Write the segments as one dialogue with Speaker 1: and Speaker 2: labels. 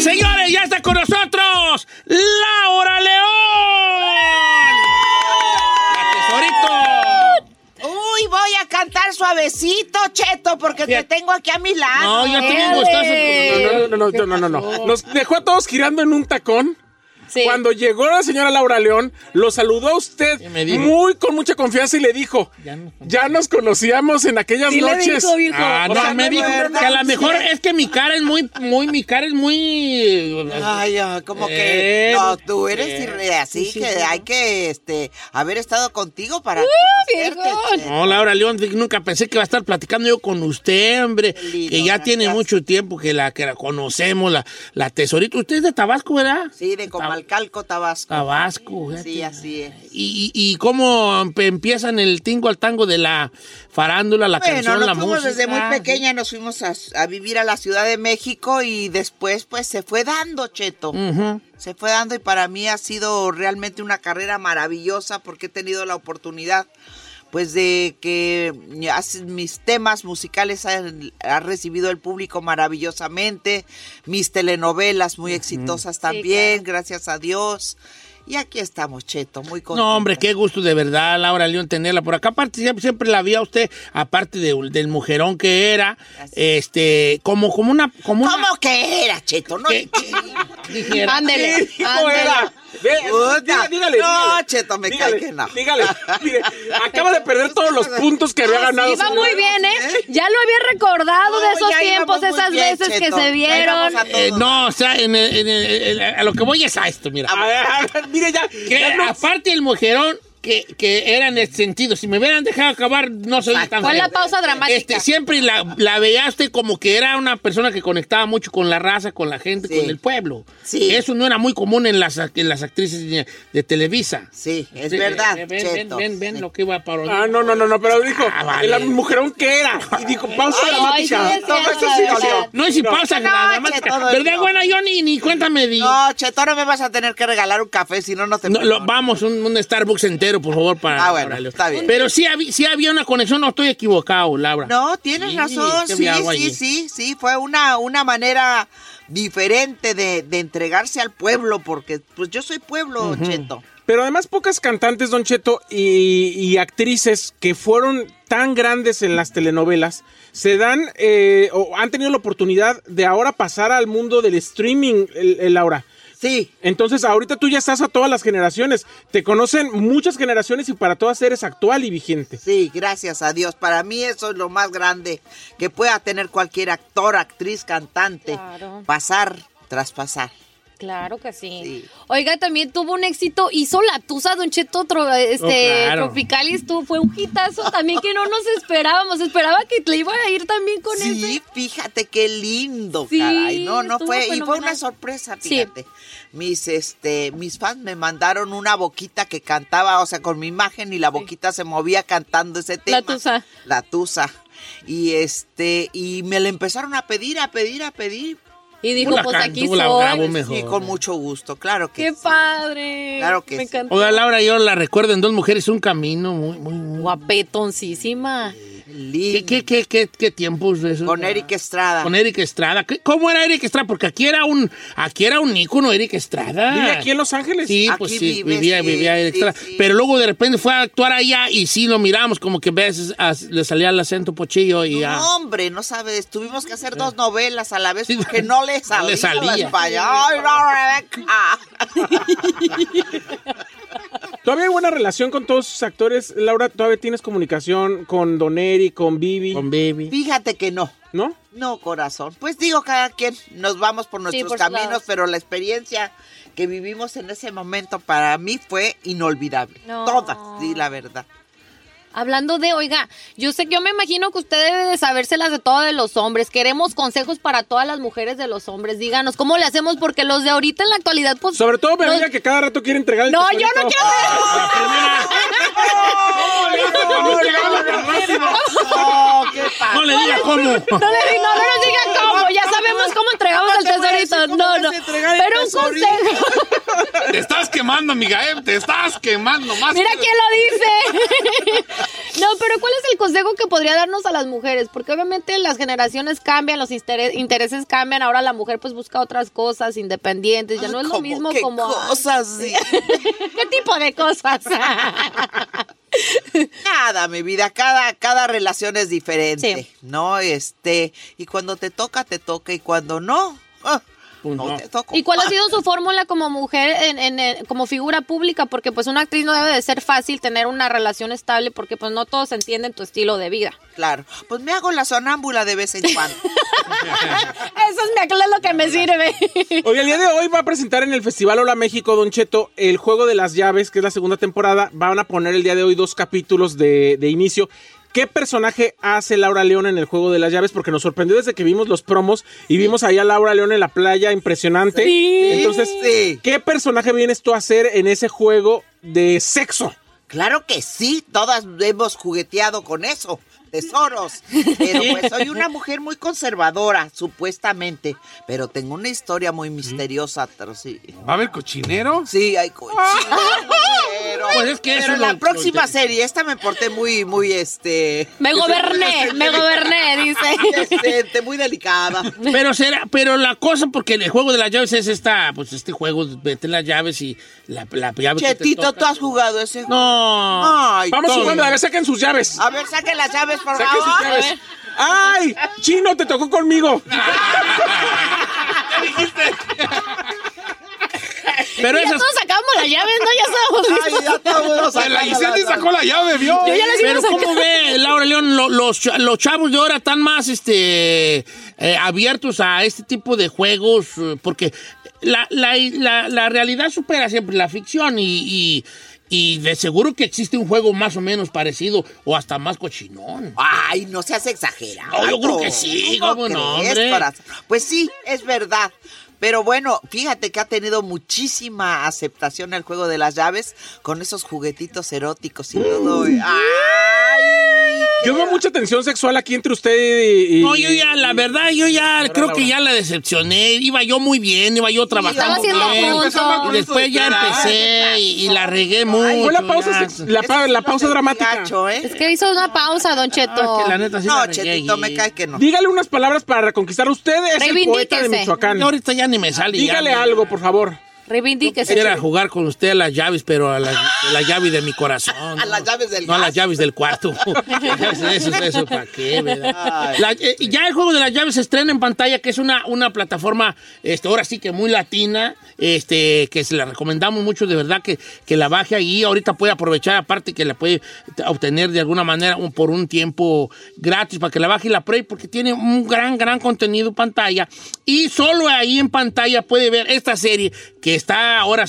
Speaker 1: Señores, ya está con nosotros Laura León.
Speaker 2: Uy, voy a cantar suavecito, Cheto, porque
Speaker 1: Bien.
Speaker 2: te tengo aquí a mi lado. ¿eh?
Speaker 1: No, yo estoy bien gustoso.
Speaker 3: No, no, no, no, no, no. Nos dejó a todos girando en un tacón.
Speaker 2: Sí.
Speaker 3: Cuando llegó la señora Laura León, lo saludó a usted
Speaker 1: me dijo?
Speaker 3: muy con mucha confianza y le dijo,
Speaker 1: Ya nos conocíamos".
Speaker 3: ya nos conocíamos en aquellas
Speaker 4: Sí le
Speaker 3: noches.
Speaker 4: dijo, viejo.
Speaker 1: Ah,
Speaker 3: O
Speaker 1: no,
Speaker 3: sea,
Speaker 1: me
Speaker 3: no
Speaker 1: dijo
Speaker 3: es
Speaker 1: que a lo mejor es que mi cara es muy, muy, mi cara es muy...
Speaker 2: Ay, ah, como que
Speaker 1: Eh,
Speaker 2: no, tú eres
Speaker 1: eh,
Speaker 2: irre- así que hay que este haber estado contigo
Speaker 1: Uh,
Speaker 2: para conocerte, Cheto.
Speaker 1: No, Laura León, nunca pensé que iba a estar platicando yo con usted, hombre.
Speaker 2: lindo,
Speaker 1: que ya tiene
Speaker 2: gracias.
Speaker 1: mucho tiempo que la, que la conocemos, la, la tesorita. Usted es de Tabasco, ¿verdad?
Speaker 2: Sí, de Comalcalco, Tabasco.
Speaker 1: Tabasco, fíjate.
Speaker 2: Sí, así es.
Speaker 1: ¿Y, y, y cómo empe- empiezan el tingo al tango de la farándula, la
Speaker 2: bueno,
Speaker 1: canción,
Speaker 2: nos
Speaker 1: la
Speaker 2: fuimos
Speaker 1: música?
Speaker 2: desde muy pequeña, nos fuimos a, a vivir a la Ciudad de México y después pues se fue dando, Cheto.
Speaker 1: Ujú.
Speaker 2: Se fue dando y para mí ha sido realmente una carrera maravillosa porque he tenido la oportunidad pues de que as- mis temas musicales han, ha recibido el público maravillosamente, mis telenovelas muy exitosas también, gracias a Dios. Y aquí estamos, Cheto, muy contentos.
Speaker 1: No, hombre, qué gusto de verdad, Laura León, tenerla por acá. Aparte, siempre, siempre la vi a usted, aparte de- del mujerón que era,
Speaker 2: Gracias.
Speaker 1: este, como, como una... Como una-
Speaker 2: ¿Cómo que era, Cheto? No,
Speaker 1: que- que- dijera.
Speaker 4: Ándele,
Speaker 3: ¿Cómo era? Ve,
Speaker 2: Puta.
Speaker 3: diga- dígale,
Speaker 2: No,
Speaker 3: dígale.
Speaker 2: Cheto, me
Speaker 3: dígale,
Speaker 2: cae que no.
Speaker 3: Dígale, dígale. Acaba de perder todos los puntos que había ganado.
Speaker 4: Iba
Speaker 3: señora.
Speaker 4: muy bien, ¿eh? Ya lo había recordado de
Speaker 2: No,
Speaker 4: esos
Speaker 2: ya
Speaker 4: tiempos,
Speaker 2: íbamos muy
Speaker 4: esas
Speaker 2: bien,
Speaker 4: veces que
Speaker 2: Cheto.
Speaker 4: se
Speaker 2: Ya
Speaker 4: vieron.
Speaker 2: íbamos a
Speaker 1: Eh, no, o sea, en el- en el- en el- a lo que voy es a esto, mira.
Speaker 3: A ver, a ver, mire ya.
Speaker 1: Que
Speaker 3: ya no-
Speaker 1: aparte el mujerón que, que era en el sentido, si me hubieran dejado acabar, no soy tan
Speaker 4: Fue la
Speaker 1: feo.
Speaker 4: pausa dramática.
Speaker 1: Este, siempre la, la veaste como que era una persona que conectaba mucho con la raza, con la gente,
Speaker 2: Sí.
Speaker 1: con el pueblo.
Speaker 2: Sí.
Speaker 1: Eso no era muy común en las, en las actrices de, de Televisa.
Speaker 2: Sí, es
Speaker 1: Sí,
Speaker 2: verdad,
Speaker 1: eh, Ven, ven,
Speaker 2: Cheto.
Speaker 1: ven, ven lo que iba a parodiar.
Speaker 3: Ah, no, no, no, no, pero dijo,
Speaker 1: Ah, vale.
Speaker 3: la mujerón que era. Y dijo, pausa
Speaker 4: Ay,
Speaker 3: dramática.
Speaker 4: sí, es cierto,
Speaker 3: esto sí
Speaker 4: la
Speaker 3: dolió.
Speaker 4: verdad.
Speaker 1: No, y si pausa
Speaker 2: No,
Speaker 1: dramática.
Speaker 2: che, todo
Speaker 1: ¿Verdad,
Speaker 2: no.
Speaker 1: buena, Johnny? Ni cuéntame. di-
Speaker 2: No, Cheto, ahora me vas a tener que regalar un café, si no, no te
Speaker 1: No, lo-
Speaker 2: perdono.
Speaker 1: vamos, un, un Starbucks entero, por favor, para.
Speaker 2: Ah, bueno,
Speaker 1: para-
Speaker 2: está bien.
Speaker 1: Pero sí, habí- sí había una conexión, no estoy equivocado, Laura.
Speaker 2: No, tienes
Speaker 1: Sí,
Speaker 2: razón,
Speaker 1: es que
Speaker 2: sí,
Speaker 1: había algo
Speaker 2: sí,
Speaker 1: allí.
Speaker 2: sí, sí, fue una, una manera diferente de, de entregarse al pueblo, porque pues yo soy pueblo, Cheto.
Speaker 3: Pero además pocas cantantes, Don Cheto, y, y actrices que fueron tan grandes en las telenovelas, se dan eh, o han tenido la oportunidad de ahora pasar al mundo del streaming, el, el Laura.
Speaker 2: Sí,
Speaker 3: Entonces, ahorita tú ya estás a todas las generaciones. Te conocen muchas generaciones y para todas eres actual y vigente.
Speaker 2: sí, gracias a Dios. Para mí eso es lo más grande que pueda tener cualquier actor, actriz, cantante.
Speaker 4: Claro.
Speaker 2: Pasar, traspasar.
Speaker 4: Claro que sí.
Speaker 2: Sí.
Speaker 4: Oiga, también tuvo un éxito, hizo la tusa de un cheto tro- este,
Speaker 1: Oh, claro.
Speaker 4: tropicalis, tú, fue un hitazo también que no nos esperábamos, esperaba que te iba a ir también con
Speaker 2: sí,
Speaker 4: ese.
Speaker 2: fíjate qué lindo,
Speaker 4: Sí,
Speaker 2: caray. No, no
Speaker 4: estuvo
Speaker 2: fue, y fue
Speaker 4: fenomenal.
Speaker 2: una sorpresa,
Speaker 4: Sí.
Speaker 2: fíjate. Mis este, mis fans me mandaron una boquita que cantaba, o sea, con mi imagen y la boquita se movía cantando ese tema.
Speaker 4: La tusa.
Speaker 2: La tusa. Y este, y me la empezaron a pedir, a pedir, a pedir.
Speaker 4: Y dijo,
Speaker 1: la
Speaker 4: pues
Speaker 1: can-
Speaker 4: aquí
Speaker 1: tú la grabo
Speaker 4: soy.
Speaker 1: mejor.
Speaker 2: Y con mucho gusto, claro que
Speaker 4: Qué
Speaker 2: sí.
Speaker 4: padre.
Speaker 2: Claro que
Speaker 4: Me
Speaker 2: sí.
Speaker 4: encantó.
Speaker 1: Oiga, Laura, yo la recuerdo en Dos Mujeres, un camino muy, muy, muy.
Speaker 4: Guapetoncísima.
Speaker 1: ¿Qué, qué, qué, qué, qué tiempos de Ah. esos?
Speaker 2: Con Eric Estrada.
Speaker 1: Con Eric Estrada. ¿Qué- ¿Cómo era Eric Estrada? Porque aquí era un, aquí era un ícono Eric Estrada.
Speaker 3: Vive aquí en Los Ángeles.
Speaker 1: Ah. Sí,
Speaker 2: Aquí
Speaker 1: pues sí,
Speaker 2: vive,
Speaker 1: vivía,
Speaker 2: sí,
Speaker 1: vivía Eric
Speaker 2: sí,
Speaker 1: Estrada.
Speaker 2: sí.
Speaker 1: Pero luego de repente fue a actuar allá y sí lo miramos, como que a veces a- le salía el acento pochillo y ya.
Speaker 2: No, hombre, no sabes. Tuvimos que hacer dos novelas a la vez porque no le salía.
Speaker 1: le salía.
Speaker 2: la España. ¡Ay, no, Rebeca!
Speaker 3: Todavía hay buena relación con todos sus actores. Laura, todavía tienes comunicación con Doneri, con Vivi,
Speaker 1: Con Baby.
Speaker 2: Fíjate que no.
Speaker 3: ¿no?
Speaker 2: No, corazón. Pues digo, cada quien nos vamos por nuestros
Speaker 4: por sus
Speaker 2: caminos,
Speaker 4: lados.
Speaker 2: pero la experiencia que vivimos en ese momento para mí fue inolvidable.
Speaker 4: No.
Speaker 2: Todas, sí, la verdad.
Speaker 4: Hablando de, oiga, yo sé que yo me imagino que usted debe de sabérselas de todo de los hombres. Queremos consejos para todas las mujeres de los hombres. Díganos, ¿cómo le hacemos? Porque los de ahorita en la actualidad, pues.
Speaker 3: Sobre todo me
Speaker 4: no-
Speaker 3: veía que cada rato quiere entregar el
Speaker 4: No, yo no
Speaker 3: tesorito.
Speaker 4: quiero saber.
Speaker 2: ¡Oh, qué
Speaker 1: No
Speaker 2: padre!
Speaker 1: le diga cómo.
Speaker 4: No le no, no nos digan cómo. Ya sabemos cómo entregamos el
Speaker 2: te voy a decir
Speaker 4: tesorito.
Speaker 2: cómo
Speaker 4: No,
Speaker 2: vas a
Speaker 4: no.
Speaker 2: entregar el
Speaker 4: Pero un
Speaker 2: tesorito.
Speaker 4: consejo.
Speaker 5: Te estás quemando, amiga, eh, te estás quemando más.
Speaker 4: Mira
Speaker 5: que-
Speaker 4: quién lo dice. no, pero ¿cuál es el consejo que podría darnos a las mujeres? Porque obviamente las generaciones cambian, los instere- intereses cambian. Ahora la mujer pues busca otras cosas independientes. Ya no es lo
Speaker 2: ¿Cómo?
Speaker 4: mismo
Speaker 2: ¿Qué
Speaker 4: como...
Speaker 2: cosas, sí.
Speaker 4: ¿Qué tipo de cosas?
Speaker 2: Nada, mi vida, cada, cada relación es diferente,
Speaker 4: Sí.
Speaker 2: ¿no? Este, y cuando te toca, te toca, y cuando no, ah,
Speaker 1: Pues
Speaker 2: no,
Speaker 1: no.
Speaker 2: te toca.
Speaker 4: ¿Y cuál ha sido su fórmula como mujer, en, en- en- como figura pública? Porque pues una actriz no debe de ser fácil tener una relación estable porque pues no todos entienden tu estilo de vida.
Speaker 2: Claro, pues me hago la sonámbula de vez en cuando.
Speaker 4: Eso es mi aclaro lo que me sirve.
Speaker 3: Oye, el día de hoy va a presentar en el Festival Hola México, Don Cheto, el Juego de las Llaves, que es la segunda temporada. Van a poner el día de hoy dos capítulos de, de inicio. ¿Qué personaje hace Laura León en el Juego de las Llaves? Porque nos sorprendió desde que vimos los promos y vimos ahí a Laura León en la playa, impresionante.
Speaker 4: Sí.
Speaker 3: Entonces,
Speaker 2: Sí.
Speaker 3: ¿qué personaje vienes tú a hacer en ese juego de sexo?
Speaker 2: Claro que sí, todas hemos jugueteado con eso, tesoros. Pero pues soy una mujer muy conservadora, supuestamente. Pero tengo una historia muy misteriosa, pero sí.
Speaker 5: ¿Va a haber cochinero?
Speaker 2: Sí, hay cochino, pero,
Speaker 1: Pues es que eso
Speaker 2: pero
Speaker 1: es
Speaker 2: en la
Speaker 1: lo-
Speaker 2: próxima
Speaker 1: lo inter-
Speaker 2: serie, esta me porté muy, muy este.
Speaker 4: Me goberné, me goberné, dice.
Speaker 2: decente, muy delicada.
Speaker 1: Pero será, pero la cosa, porque el juego de las llaves es esta, pues este juego, vete las llaves y la, la llave que te
Speaker 2: Chetito,
Speaker 1: toca.
Speaker 2: ¿tú has jugado ese?
Speaker 1: No.
Speaker 2: Ay,
Speaker 3: Vamos
Speaker 2: todo.
Speaker 3: jugando, a ver, saquen sus llaves.
Speaker 2: A ver, saquen las llaves, por
Speaker 3: Saquen
Speaker 4: Ah,
Speaker 3: sus
Speaker 2: favor.
Speaker 3: llaves. ¡Ay! ¡Chino, te tocó conmigo!
Speaker 1: Pero
Speaker 4: ya
Speaker 1: esas
Speaker 4: todos sacamos las llaves, ¿no? Ya estamos
Speaker 2: Ay, ya estamos
Speaker 5: Se la Giselle
Speaker 2: sacando
Speaker 5: sacó la llave, vio.
Speaker 4: Yo ya les iba
Speaker 1: Pero
Speaker 4: a sacar.
Speaker 1: ¿cómo ve, Laura León, lo- los, cha- los chavos de ahora están más este, eh, abiertos a este tipo de juegos? eh, Porque la, la- la- la realidad supera siempre la ficción y, y- y de seguro que existe un juego más o menos parecido o hasta más cochinón.
Speaker 5: Ah.
Speaker 2: Ay, no seas exagerado.
Speaker 1: No, yo creo que sí,
Speaker 2: ¿Cómo
Speaker 1: cómo no,
Speaker 2: crees,
Speaker 1: hombre?
Speaker 2: corazón? Pues sí, es verdad. Pero bueno, fíjate que ha tenido muchísima aceptación el juego de las llaves con esos juguetitos eróticos y todo. ¡Ay!
Speaker 3: Yo veo mucha tensión sexual aquí entre usted y. y-
Speaker 1: No, yo ya, la verdad, yo ya creo que ya la decepcioné. Iba yo muy bien, iba yo
Speaker 4: Estaba
Speaker 1: trabajando
Speaker 4: haciendo
Speaker 1: bien.
Speaker 4: punto.
Speaker 1: Y después ya
Speaker 5: eh.
Speaker 1: empecé y, y la regué
Speaker 3: Ay,
Speaker 1: mucho.
Speaker 3: fue la pausa,
Speaker 1: ya.
Speaker 3: se- la, pa-
Speaker 2: Ese
Speaker 3: la
Speaker 2: sí lo
Speaker 3: pausa
Speaker 2: sentí
Speaker 3: dramática.
Speaker 2: gacho, ¿eh?
Speaker 4: Es Ah, que hizo una pausa, Don Cheto.
Speaker 1: Que la neta sí la
Speaker 2: No,
Speaker 1: regué
Speaker 2: Chetito,
Speaker 1: ahí.
Speaker 2: me cae que no.
Speaker 3: Dígale unas palabras para reconquistar. Usted es el poeta de
Speaker 4: Reivindíquese.
Speaker 3: Michoacán.
Speaker 1: Yo ahorita ya ni me sale. ya,
Speaker 3: Dígale
Speaker 1: hombre.
Speaker 3: algo, por favor.
Speaker 4: Reivindíquese.
Speaker 1: Quisiera jugar con usted a las llaves, pero a la, a la llave de mi corazón.
Speaker 2: A las llaves del
Speaker 1: No a las
Speaker 2: gas.
Speaker 1: llaves del cuarto. eso, eso, ¿para qué, verdad? La- eh, ya el juego de las llaves se estrena en pantalla, que es una, una plataforma, este, ahora sí que muy latina, este, que se la recomendamos mucho, de verdad, que, que la baje ahí. Ahorita puede aprovechar, aparte que la puede t- obtener de alguna manera un- por un tiempo gratis, para que la baje y la pruebe, porque tiene un gran, gran contenido en pantalla. Y solo ahí en pantalla puede ver esta serie que está ahora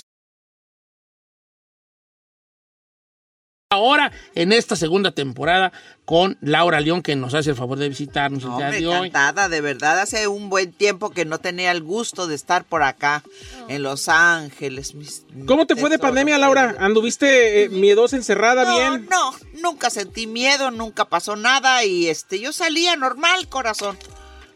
Speaker 1: ahora en esta segunda temporada con Laura León, que nos hace el favor de visitarnos el
Speaker 2: No,
Speaker 1: día
Speaker 2: hombre,
Speaker 1: de hoy.
Speaker 2: encantada, de verdad. Hace un buen tiempo que no tenía el gusto de estar por acá, en Los Ángeles. mis-
Speaker 3: ¿Cómo te fue de
Speaker 2: tesoros.
Speaker 3: pandemia, Laura? ¿Anduviste eh, miedosa, encerrada,
Speaker 2: No,
Speaker 3: bien?
Speaker 2: no, nunca sentí miedo, nunca pasó nada y este, yo salía normal, corazón.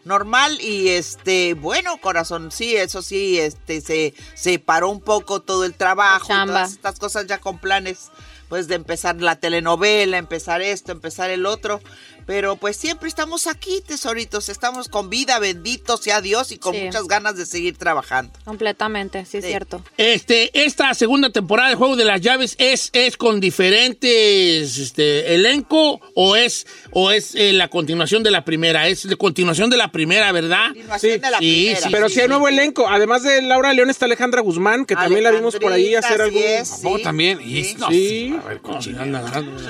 Speaker 2: Normal y este, bueno, corazón, sí, eso sí, este, se, se paró un poco todo el trabajo,
Speaker 4: La chamba.
Speaker 2: todas estas cosas ya con planes, pues de empezar la telenovela, empezar esto, empezar el otro, Pero pues siempre estamos aquí, tesoritos. Estamos con vida, bendito sea Dios y con
Speaker 4: Sí.
Speaker 2: muchas ganas de seguir trabajando.
Speaker 4: Completamente, sí, es
Speaker 2: Sí.
Speaker 4: cierto.
Speaker 1: Este, esta segunda temporada de Juego de las Llaves es, es con diferentes este, elenco o es, o es eh, la continuación de la primera. Es la continuación de la primera, ¿verdad?
Speaker 2: Continuación
Speaker 3: Sí,
Speaker 2: de la
Speaker 1: sí,
Speaker 2: primera.
Speaker 1: sí,
Speaker 3: Pero
Speaker 1: sí,
Speaker 3: si hay
Speaker 1: sí.
Speaker 3: nuevo elenco. Además de Laura León está Alejandra Guzmán, que también la vimos por ahí hacer algo.
Speaker 2: Alejandrita, así es,
Speaker 5: ¿Vos
Speaker 1: Oh,
Speaker 2: sí.
Speaker 5: también? Y,
Speaker 2: Sí.
Speaker 5: no,
Speaker 3: Sí.
Speaker 5: sí, A ver, cochina.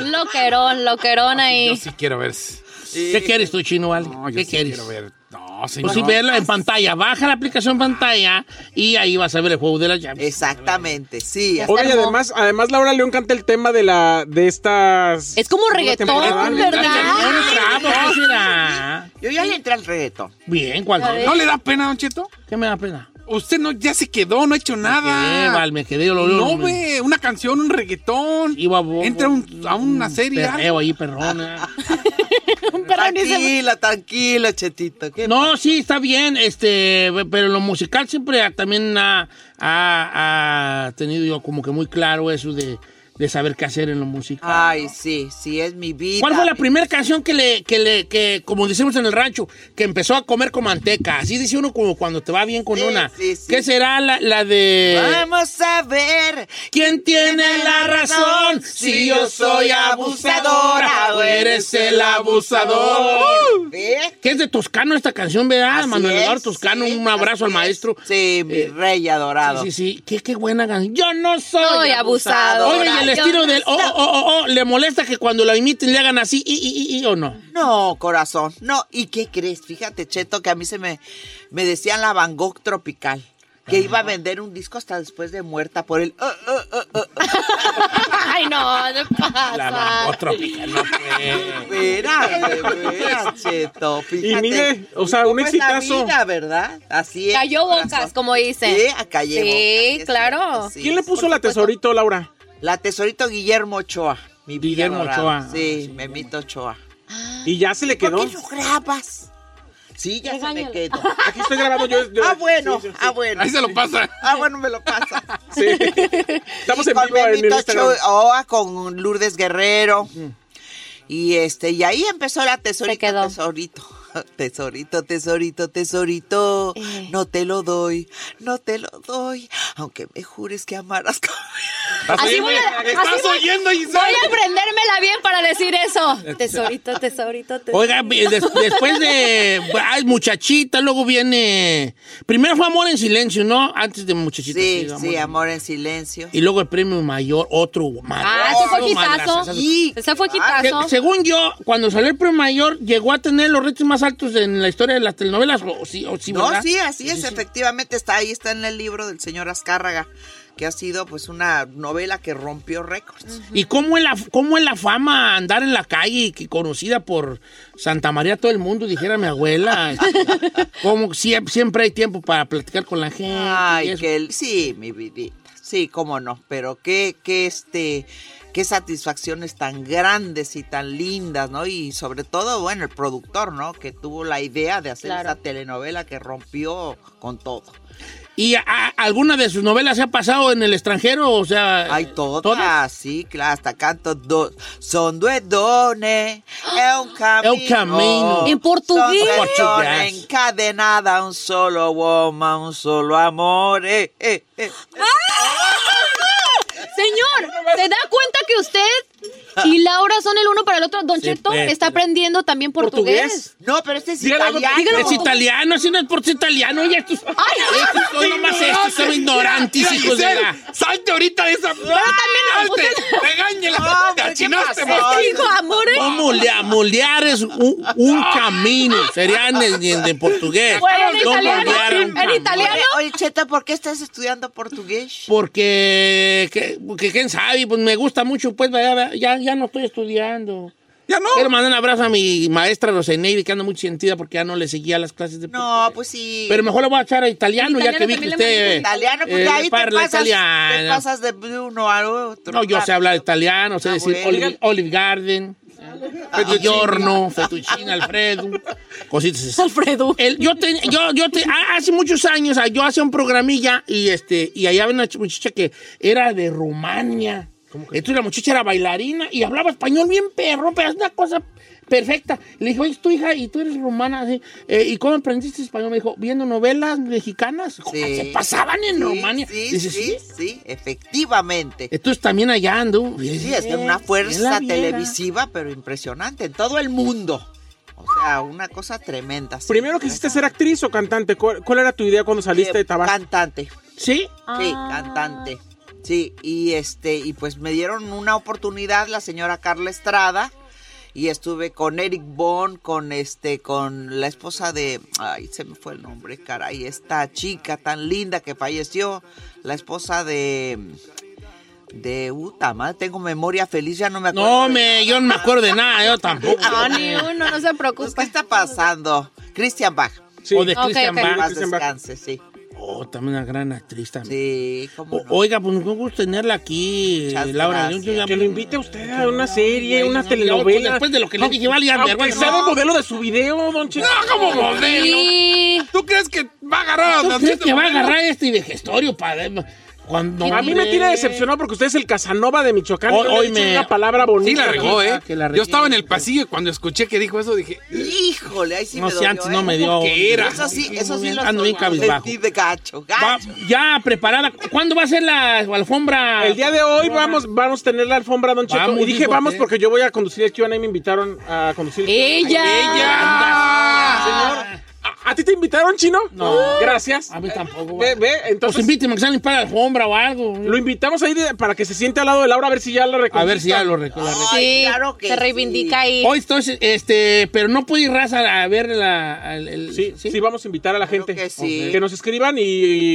Speaker 4: Loquerón, loquerón
Speaker 5: Yo
Speaker 4: ahí.
Speaker 5: sí quiero ver.
Speaker 1: ¿Qué quieres tú, Chino, Vale?
Speaker 5: No, yo
Speaker 1: ¿Qué
Speaker 5: sí
Speaker 1: quieres?
Speaker 5: quiero ver. No,
Speaker 1: Pues
Speaker 5: señor.
Speaker 1: sí, verla en pantalla. Baja la aplicación pantalla y ahí vas a ver el Juego de las Llaves.
Speaker 2: Exactamente, sí.
Speaker 4: Ya
Speaker 2: así-
Speaker 3: Oye, y además, además Laura León canta el tema de la de estas.
Speaker 4: Es como
Speaker 3: segunda
Speaker 4: reggaetón,
Speaker 3: temporada.
Speaker 4: ¿verdad?
Speaker 1: Ay, qué bravo, ¿qué será?
Speaker 2: Yo ya le entré al reggaetón.
Speaker 1: Bien, ¿cuál?
Speaker 4: A ver.
Speaker 5: ¿No le da pena, Don Cheto?
Speaker 1: ¿Qué me da pena?
Speaker 5: Usted no, ya se quedó, no ha hecho nada.
Speaker 1: quedé, Val, me quedé, lo- lo-
Speaker 5: No
Speaker 1: me-
Speaker 5: ve una canción, un reggaetón.
Speaker 1: Iba bo-
Speaker 5: Entra un- a una serie.
Speaker 1: Perreo ahí,
Speaker 2: Ah,
Speaker 1: perrona.
Speaker 4: Pero ni se-
Speaker 2: Tranquila, tranquila, Chetito. ¿qué
Speaker 1: No, sí, está bien, este, pero lo musical siempre ha- también ha, ha- ha tenido yo como que muy claro eso de, de saber qué hacer en lo musical.
Speaker 2: Ay, sí, sí, es mi vida.
Speaker 1: ¿Cuál fue la primera canción que le, que le, que, como decimos en el rancho, que empezó a comer con manteca? Así dice uno como cuando te va bien con
Speaker 2: Sí,
Speaker 1: una.
Speaker 2: sí, sí.
Speaker 1: ¿Qué será la, la de...
Speaker 2: Vamos a ver.
Speaker 1: ¿Quién tiene la razón? Si yo soy abusadora o eres el abusador. Uh,
Speaker 2: ¿Ve?
Speaker 1: Que es de Toscano esta canción, ¿verdad?
Speaker 2: Así
Speaker 1: Manuel
Speaker 2: es,
Speaker 1: Eduardo Toscano,
Speaker 2: sí,
Speaker 1: un abrazo al
Speaker 2: así
Speaker 1: maestro.
Speaker 2: es. Sí, mi
Speaker 1: Eh,
Speaker 2: rey adorado.
Speaker 1: Sí, sí, sí. Qué, qué buena canción. Yo no soy.
Speaker 4: Soy abusado.
Speaker 1: Oye, y el
Speaker 4: Yo
Speaker 1: estilo
Speaker 4: no
Speaker 1: del. Oh,
Speaker 4: soy-
Speaker 1: oh, oh, oh, ¿le molesta que cuando la imiten le hagan así, y, y, y, y, o no?
Speaker 2: No, corazón. No, ¿y qué crees? Fíjate, Cheto, que a mí se me, me decían la Van Gogh tropical. Que iba a vender un disco hasta después de muerta por el... "Ah, ah, ah, ah".
Speaker 4: Ay, no, no pasa.
Speaker 1: La bajó tropical, no pues.
Speaker 2: Verás, de veras, Cheto.
Speaker 3: Y
Speaker 2: Fíjate.
Speaker 3: mire, o sea, un
Speaker 2: ¿Cómo es la
Speaker 3: exitazo.
Speaker 2: vida, ¿verdad? Así es.
Speaker 4: Cayó
Speaker 2: corazón.
Speaker 4: bocas, como dicen.
Speaker 2: Sí, a cayó
Speaker 4: Sí,
Speaker 2: bocas, es
Speaker 4: claro.
Speaker 2: cierto, sí.
Speaker 3: ¿Quién le puso la tesorito, Laura?
Speaker 2: La tesorito Guillermo Ochoa. Mi vida
Speaker 1: Guillermo
Speaker 2: dorada.
Speaker 1: Ochoa.
Speaker 2: Sí,
Speaker 1: Ah, sí,
Speaker 2: Memito Ochoa.
Speaker 3: Y ya se le
Speaker 2: ¿Por
Speaker 3: quedó.
Speaker 2: qué lo grabas? Sí, ya se me
Speaker 4: Regáñalo.
Speaker 2: quedó.
Speaker 3: Aquí estoy grabando yo. yo-
Speaker 2: Ah, bueno,
Speaker 3: sí, sí, sí.
Speaker 2: ah, bueno.
Speaker 5: Ahí se lo pasa.
Speaker 2: Ah, bueno, me lo pasa.
Speaker 3: Sí. Estamos en
Speaker 2: con
Speaker 3: vivo en el
Speaker 2: Memito
Speaker 3: Instagram.
Speaker 2: Ochoa, con Lourdes Guerrero. Y este, y ahí empezó la tesorito,
Speaker 4: Se quedó.
Speaker 2: tesorito. Tesorito, tesorito, tesorito.
Speaker 4: Eh.
Speaker 2: No te lo doy, no te lo doy. Aunque me jures que amarás con-
Speaker 4: Así voy a- así
Speaker 5: Estás
Speaker 4: voy-
Speaker 5: oyendo,
Speaker 4: Voy
Speaker 5: Isabel.
Speaker 4: a aprendérmela bien para decir eso. Tesorito, tesorito, tesorito.
Speaker 1: Oiga, des- después de. Ay, muchachita, luego viene. Primero fue Amor en Silencio, ¿no? Antes de Muchachita.
Speaker 2: Sí,
Speaker 1: Amor
Speaker 2: sí,
Speaker 1: en-
Speaker 2: amor en silencio.
Speaker 1: Y luego el premio mayor, otro.
Speaker 4: Ah, ese fue
Speaker 1: madrazo.
Speaker 4: quitazo.
Speaker 2: Y-
Speaker 4: Ese fue
Speaker 1: Que-
Speaker 4: quitazo.
Speaker 1: según yo, cuando salió el premio mayor, llegó a tener los retos más altos en la historia de las telenovelas. O, sí, o sí,
Speaker 2: No,
Speaker 1: ¿verdad?
Speaker 2: sí, así es, efectivamente está ahí, está en el libro del señor Azcárraga, que ha sido pues una novela que rompió récords.
Speaker 1: ¿Y cómo es, la, cómo es la fama andar en la calle y que conocida por Santa María todo el mundo, dijera mi abuela? Este, como siempre, siempre hay tiempo para platicar con la gente. y
Speaker 2: Ay,
Speaker 1: eso.
Speaker 2: que el- sí, mi vidita, sí, cómo no, pero qué, qué este, qué satisfacciones tan grandes y tan lindas, ¿no? Y sobre todo, bueno, el productor, ¿no? Que tuvo la idea de hacer
Speaker 4: Claro.
Speaker 2: esa telenovela que rompió con todo.
Speaker 1: ¿Y a- a- alguna de sus novelas se ha pasado en el extranjero? O sea,
Speaker 2: Ay,
Speaker 1: eh,
Speaker 2: todas, sí, claro, hasta canto dos. Son due donne, è un camino.
Speaker 1: un camino.
Speaker 4: ¡Ah! En portugués.
Speaker 2: Son due donne
Speaker 1: Portugués.
Speaker 2: encadenada, un solo woman, un solo amor. eh, eh, eh.
Speaker 4: Señor, ¿se da cuenta que usted y Laura son el uno para el otro? Don
Speaker 1: Sí,
Speaker 4: Cheto
Speaker 1: pues,
Speaker 4: está
Speaker 1: pero-
Speaker 4: aprendiendo también portugués.
Speaker 2: No, pero este es
Speaker 3: Dígalo,
Speaker 2: italiano.
Speaker 3: dígalo.
Speaker 1: Es italiano, si no es por ser italiano, ya estos. estos son nomás estos, son ignorantes,
Speaker 5: Mira,
Speaker 1: hijos de
Speaker 5: Giselle,
Speaker 1: la.
Speaker 5: Salte ahorita de esa. Yo también la Regáñela.
Speaker 2: No,
Speaker 5: Te
Speaker 2: hombre, ¿qué
Speaker 5: achinaste,
Speaker 2: pasó?
Speaker 5: más.
Speaker 4: Hijo, amor. ¿eh?
Speaker 1: Molear, molear es un, un camino. Sería en, en- en- en portugués.
Speaker 4: Bueno, en
Speaker 1: No
Speaker 4: italiano,
Speaker 1: molear un
Speaker 4: en
Speaker 1: camino.
Speaker 4: italiano.
Speaker 2: Oye, oye, Cheta, ¿por qué estás estudiando portugués?
Speaker 1: Porque, que, porque quién sabe, pues me gusta mucho, pues ya, ya, ya no estoy estudiando.
Speaker 5: Ya no.
Speaker 1: Quiero mandar un abrazo a mi maestra Roseneide, que anda muy sentida porque ya no le seguía las clases de
Speaker 2: No,
Speaker 1: portugués.
Speaker 2: pues sí.
Speaker 1: Pero mejor le voy a echar a italiano,
Speaker 4: El
Speaker 1: ya que vi
Speaker 4: italiano
Speaker 1: que
Speaker 4: también le
Speaker 1: usted...
Speaker 4: mandé.
Speaker 2: italiano, porque
Speaker 1: eh,
Speaker 2: ahí te
Speaker 1: parla
Speaker 2: pasas, te
Speaker 1: italiano.
Speaker 2: pasas de uno a otro.
Speaker 1: No, yo sé hablar italiano, sé
Speaker 2: Ah,
Speaker 1: decir
Speaker 2: bueno.
Speaker 1: Olive, Olive Garden,
Speaker 2: Ah,
Speaker 1: pues, Giorno, Fettuccine, Alfredo, cositas así.
Speaker 4: Alfredo.
Speaker 1: El- yo te- yo, yo te- ha- hace muchos años, ah, yo hacía un programilla y este, y allá había una ch- muchacha que era de Rumania. Entonces la muchacha era bailarina y hablaba español bien perro, pero es una cosa perfecta. Le dije, oye, tu hija y tú eres rumana. así, eh, ¿Y cómo aprendiste español? Me dijo, viendo novelas mexicanas.
Speaker 2: Sí.
Speaker 1: Se pasaban en
Speaker 2: Sí,
Speaker 1: Rumania.
Speaker 2: Sí,
Speaker 1: Dice,
Speaker 2: sí, sí, efectivamente.
Speaker 1: Entonces también allá ando.
Speaker 2: Sí, es de una fuerza televisiva, pero impresionante, en todo el mundo. O sea, una cosa tremenda. sí.
Speaker 3: Primero quisiste ser actriz o cantante. ¿Cuál, cuál era tu idea cuando saliste
Speaker 2: Eh,
Speaker 3: de Tabasco?
Speaker 2: Cantante.
Speaker 1: Sí.
Speaker 2: Sí,
Speaker 4: Ah.
Speaker 2: cantante. Sí, y este, y pues me dieron una oportunidad la señora Carla Estrada. Y estuve con Eric Bond, con este, con la esposa de, ay, se me fue el nombre, caray, esta chica tan linda que falleció, la esposa de, de, puta madre, tengo memoria feliz, ya no me acuerdo.
Speaker 1: No,
Speaker 2: de
Speaker 1: me,
Speaker 2: nada.
Speaker 1: yo no me acuerdo de nada, yo tampoco.
Speaker 4: No, Ah, ni uno, no se
Speaker 2: Pues, ¿Qué
Speaker 4: preocupe.
Speaker 2: está pasando? Christian Bach,
Speaker 3: Sí.
Speaker 1: O de
Speaker 4: Ok,
Speaker 1: Christian
Speaker 4: ok.
Speaker 1: Bach.
Speaker 2: más
Speaker 3: Christian Bach.
Speaker 2: descanse, sí.
Speaker 1: Oh, también una gran actriz también.
Speaker 2: Sí, cómo
Speaker 1: O-
Speaker 2: no.
Speaker 1: Oiga, pues un gusto tenerla aquí,
Speaker 2: Muchas
Speaker 1: Laura. Yo- yo
Speaker 2: gracias.
Speaker 1: ya-
Speaker 3: Que lo invite a usted a una serie,
Speaker 1: Güey,
Speaker 3: una
Speaker 1: no,
Speaker 3: telenovela.
Speaker 1: yo, pues, después de lo que le dije, vale, ya,
Speaker 3: Aunque
Speaker 1: vergüenza.
Speaker 3: sea de modelo de su video, don Cheto.
Speaker 5: No, como modelo.
Speaker 4: Sí.
Speaker 5: ¿Tú crees que va a agarrar a
Speaker 1: ¿Tú
Speaker 5: Don
Speaker 1: crees
Speaker 5: Cheto
Speaker 1: que va a
Speaker 5: modelo?
Speaker 1: agarrar este digestorio para cuando
Speaker 3: A mí me tiene decepcionado porque usted es el Casanova de Michoacán.
Speaker 1: Hoy-
Speaker 3: Yo le he
Speaker 1: hoy
Speaker 3: dicho
Speaker 1: me-
Speaker 3: una palabra bonita.
Speaker 5: Sí, la regó, ¿eh?
Speaker 1: Que la regué.
Speaker 5: Yo estaba en el pasillo y cuando escuché que dijo eso dije,
Speaker 2: Híjole, ahí sí
Speaker 1: No
Speaker 2: me
Speaker 1: sé,
Speaker 2: dolió,
Speaker 1: antes
Speaker 2: ¿eh?
Speaker 1: no me dio.
Speaker 5: que era?
Speaker 2: Eso sí, eso sí lo
Speaker 1: Ando bien cabizbajo.
Speaker 2: sentí de gacho,
Speaker 1: Va-
Speaker 2: gacho.
Speaker 1: ya preparada. ¿Cuándo va a ser la alfombra?
Speaker 3: El día de hoy vamos, vamos a tener la alfombra, don Cheto.
Speaker 1: Vamos,
Speaker 3: y dije,
Speaker 1: dijo
Speaker 3: vamos,
Speaker 1: usted.
Speaker 3: porque yo voy a conducir el Q&A y me invitaron a conducir.
Speaker 4: Ella.
Speaker 1: ¡Ella!
Speaker 3: ¿A, a ti te invitaron, chino?
Speaker 1: No.
Speaker 3: Gracias.
Speaker 1: A mí tampoco.
Speaker 3: Ve, ve,
Speaker 1: Pues
Speaker 3: entonces
Speaker 1: invíteme que salga para la alfombra o algo.
Speaker 3: lo invitamos ahí de- para que se siente al lado de Laura a ver si ya la reconquista.
Speaker 1: A ver si ya lo recuerdo.
Speaker 2: Ay,
Speaker 4: Sí,
Speaker 2: claro que
Speaker 4: se reivindica ahí.
Speaker 1: Hoy entonces, este, pero no pude ir raza a ver la. al- el-
Speaker 3: Sí, sí, vamos a invitar a la
Speaker 2: Claro
Speaker 3: gente.
Speaker 2: que sí.
Speaker 3: Que nos escriban y,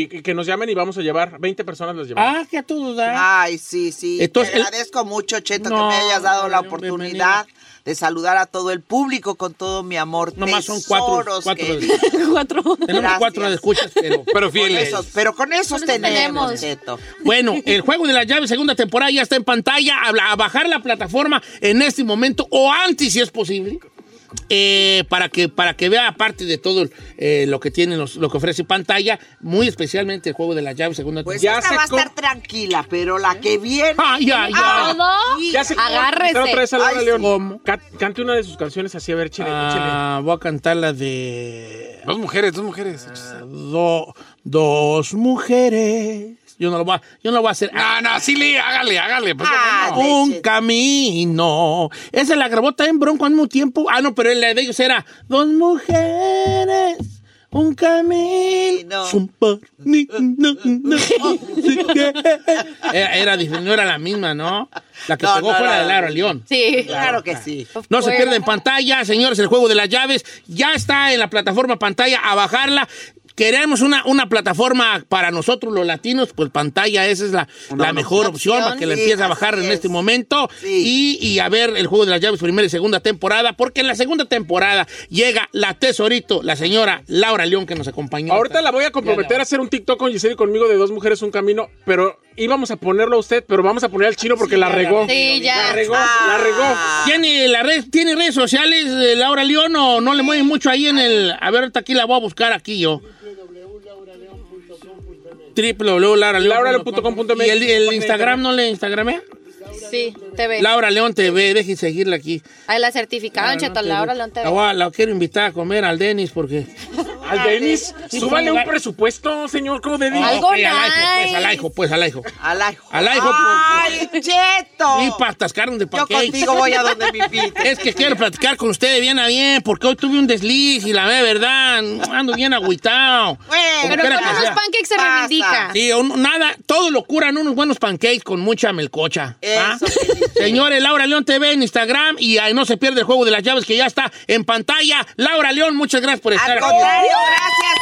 Speaker 3: y que nos llamen y vamos a llevar. 20 personas las llevamos.
Speaker 1: Ah, que a todo da.
Speaker 2: Ay, sí, sí.
Speaker 1: Entonces,
Speaker 2: Te
Speaker 1: el-
Speaker 2: agradezco mucho, Cheto,
Speaker 1: No,
Speaker 2: que me hayas dado la
Speaker 1: no,
Speaker 2: oportunidad de saludar a todo el público con todo mi amor.
Speaker 1: Nomás son cuatro.
Speaker 2: Tesoros
Speaker 1: cuatro
Speaker 2: que-
Speaker 1: de-
Speaker 4: Cuatro.
Speaker 1: tenemos
Speaker 2: Gracias.
Speaker 1: cuatro de escuchas, pero.
Speaker 5: pero
Speaker 2: con
Speaker 5: fieles.
Speaker 2: esos- pero con esos
Speaker 4: Con esos
Speaker 2: tenemos,
Speaker 4: tenemos.
Speaker 2: Cheto.
Speaker 1: Bueno, el juego de las llaves, segunda temporada, ya está en pantalla. A, bla- a bajar la plataforma en este momento o antes, si es posible. eh, para, que, para que vea, aparte de todo eh, lo que tiene, los- lo que ofrece pantalla, muy especialmente el juego de las llaves, segunda
Speaker 2: Pues
Speaker 3: Ya
Speaker 1: temporada.
Speaker 2: esta
Speaker 3: se
Speaker 2: va a
Speaker 3: com-
Speaker 2: estar tranquila, pero la que viene.
Speaker 1: Ay, ay, ay.
Speaker 4: Todo.
Speaker 3: Ya se
Speaker 4: Agárrese.
Speaker 3: Pero otra vez a Laura
Speaker 2: Ay,
Speaker 3: León.
Speaker 1: Ah, ¿cómo?
Speaker 3: Ca- Cante una de sus canciones así, a ver, chile, échale.
Speaker 1: Ah, voy a cantar la de.
Speaker 5: Dos mujeres, dos mujeres.
Speaker 1: do- dos mujeres. Yo no lo voy a, yo no lo voy a hacer.
Speaker 5: No, no, sí, le, hágale, hágale. pues,
Speaker 2: Ah,
Speaker 5: bueno.
Speaker 1: un
Speaker 2: leche.
Speaker 1: camino. Esa la grabó también Bronco al mismo tiempo. Ah, no, pero la de ellos era dos mujeres. Un camino.
Speaker 2: Camino.
Speaker 1: Son par- ni- na- na- sí que- Era, era diferente, no era la misma, ¿no? La que
Speaker 2: No,
Speaker 1: pegó
Speaker 2: no,
Speaker 1: fuera
Speaker 2: no,
Speaker 1: de Lara
Speaker 2: no.
Speaker 1: León.
Speaker 4: Sí.
Speaker 2: Claro que sí.
Speaker 1: No se pierda en pantalla, señores, el juego de las llaves ya está en la plataforma pantalla, a bajarla. Queremos una, una plataforma para nosotros los latinos, pues pantalla, esa es la, la mejor opción para que la
Speaker 2: sí,
Speaker 1: empiece a
Speaker 2: así
Speaker 1: bajar en
Speaker 2: es.
Speaker 1: este momento
Speaker 2: Sí.
Speaker 1: y, y a ver el juego de las llaves primera y segunda temporada, porque en la segunda temporada llega la tesorito, la señora Laura León que nos acompañó.
Speaker 3: Ahorita la voy a comprometer a hacer un TikTok con Giselle y conmigo de dos mujeres, un camino, pero íbamos a ponerlo a usted, pero vamos a poner al chino porque la regó.
Speaker 4: Sí,
Speaker 3: La
Speaker 4: ya. Ah.
Speaker 3: regó, la regó.
Speaker 1: ¿Tiene, la red, ¿Tiene redes sociales eh, Laura León o no le mueven mucho ahí en el... A ver, ahorita aquí la voy a buscar aquí yo. www.lauraleon.com.mx
Speaker 3: lauraleon.com.mx.
Speaker 1: ¿Y el, el Instagram no le Instagramé?
Speaker 4: Sí, te ve.
Speaker 1: Laura León TV, deje seguirla aquí.
Speaker 4: Ahí la certificada, don Cheto, Laura León te
Speaker 1: La,
Speaker 4: ve.
Speaker 1: voy a- la quiero invitar a comer al Denis porque...
Speaker 3: Al Denis,
Speaker 1: Sí,
Speaker 3: súbale un
Speaker 1: ponga-
Speaker 3: presupuesto, señor, ¿cómo de
Speaker 4: Algo
Speaker 1: Ok, Al
Speaker 4: nice.
Speaker 1: hijo, pues, al hijo, pues, al hijo.
Speaker 2: Al ajo.
Speaker 1: Al ajo,
Speaker 2: ¡Ay, Cheto!
Speaker 1: Y para carnes de
Speaker 2: Yo
Speaker 1: pancakes.
Speaker 2: contigo voy a donde me invites.
Speaker 1: Es que quiero platicar con ustedes bien a bien, porque hoy tuve un desliz y la verdad, ando bien agüitado.
Speaker 2: Bueno,
Speaker 4: Pero
Speaker 1: Espera
Speaker 4: con
Speaker 1: que
Speaker 4: unos
Speaker 1: sea.
Speaker 4: pancakes se
Speaker 2: Pasa.
Speaker 4: reivindica.
Speaker 1: Sí, un- nada, todo lo curan unos buenos pancakes con mucha melcocha. ¿va?
Speaker 2: Eso, feliz.
Speaker 1: Señores, Laura León TV en Instagram y ahí no se pierde el juego de las llaves que ya está en pantalla. Laura León, muchas gracias por estar
Speaker 2: Al
Speaker 1: aquí.
Speaker 2: contrario, gracias,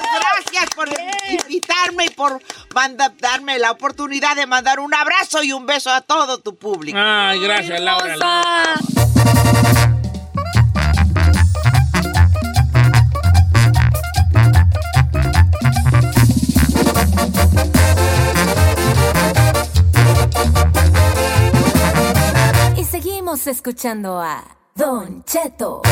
Speaker 2: tesoros. Muchas gracias por invitarme y por manda- darme la oportunidad de mandar un abrazo y un beso a todo tu público.
Speaker 1: Ay, gracias, Laura. León.
Speaker 4: Hermosa.
Speaker 6: Y seguimos escuchando a Don Cheto.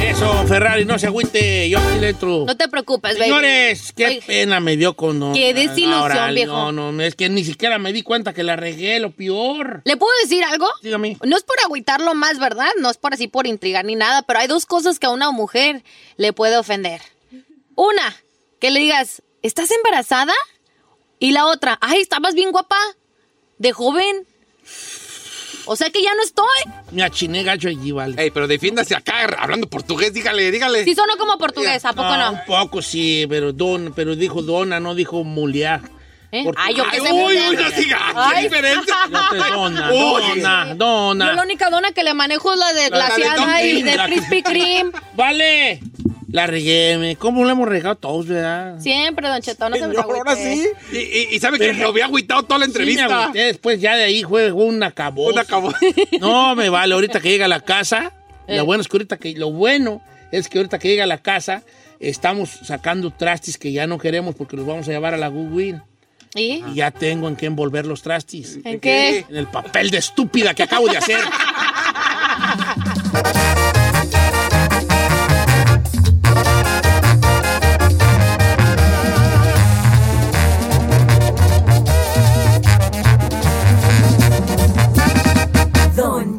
Speaker 1: Eso, Ferrari, no se agüite. Yo aquí le entro.
Speaker 4: No te preocupes, baby.
Speaker 1: Señores, qué
Speaker 4: Oye,
Speaker 1: pena me dio con... no,
Speaker 4: Qué desilusión,
Speaker 1: no, órale,
Speaker 4: viejo.
Speaker 1: No, no, es que ni siquiera me di cuenta que la regué, lo peor.
Speaker 4: ¿Le puedo decir algo?
Speaker 1: Dígame.
Speaker 4: No es por agüitarlo más, ¿verdad? No es por así por intrigar ni nada, pero hay dos cosas que a una mujer le puede ofender. Una, que le digas, ¿estás embarazada? Y la otra, ay, estabas bien guapa, de joven. O sea que ya no estoy.
Speaker 1: Me achiné gacho allí, vale.
Speaker 5: Ey, pero defiéndase acá, hablando portugués, dígale,
Speaker 1: Eh,
Speaker 5: dígale.
Speaker 4: Si sonó como portugués, ¿a poco
Speaker 1: Ah,
Speaker 4: no?
Speaker 1: Un poco, sí, pero don, pero dijo dona, no dijo muliá.
Speaker 4: ¿Eh?
Speaker 1: Porque-
Speaker 4: Ay, yo qué
Speaker 5: Ay,
Speaker 4: sé.
Speaker 5: uy,
Speaker 4: mira.
Speaker 5: uy, no siga.
Speaker 4: Ay.
Speaker 5: Qué diferencia.
Speaker 1: Ya te dona,
Speaker 5: Oye.
Speaker 1: dona,
Speaker 4: Yo la
Speaker 1: dona.
Speaker 4: única dona que le manejo es la de
Speaker 5: La- la de Tom
Speaker 4: glaciada y
Speaker 5: Cream.
Speaker 4: de
Speaker 1: La-
Speaker 4: Krispy Kreme.
Speaker 1: Vale, la regué, me- ¿cómo la hemos regado todos, verdad?
Speaker 4: Siempre, Don Cheto, no se me
Speaker 3: Señor, ahora
Speaker 4: agüite.
Speaker 3: sí.
Speaker 5: Y, y- y sabe que lo había agüitado toda la
Speaker 1: Sí, me
Speaker 5: entrevista.
Speaker 1: agüité, después ya de ahí fue un acabó.
Speaker 5: Una acabó.
Speaker 1: No, me vale. Ahorita que llega a la casa,
Speaker 4: Eh.
Speaker 1: lo bueno es que ahorita que lo bueno es que ahorita que llega a la casa estamos sacando trastes que ya no queremos porque los vamos a llevar a la Goodwin.
Speaker 4: ¿Y?
Speaker 5: Ah.
Speaker 1: Y ya tengo en qué envolver los trastes.
Speaker 4: ¿En qué?
Speaker 1: En el papel de estúpida que acabo de hacer.
Speaker 6: Don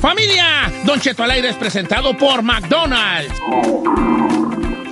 Speaker 1: ¡Familia! Don Cheto al aire es presentado por McDonald's.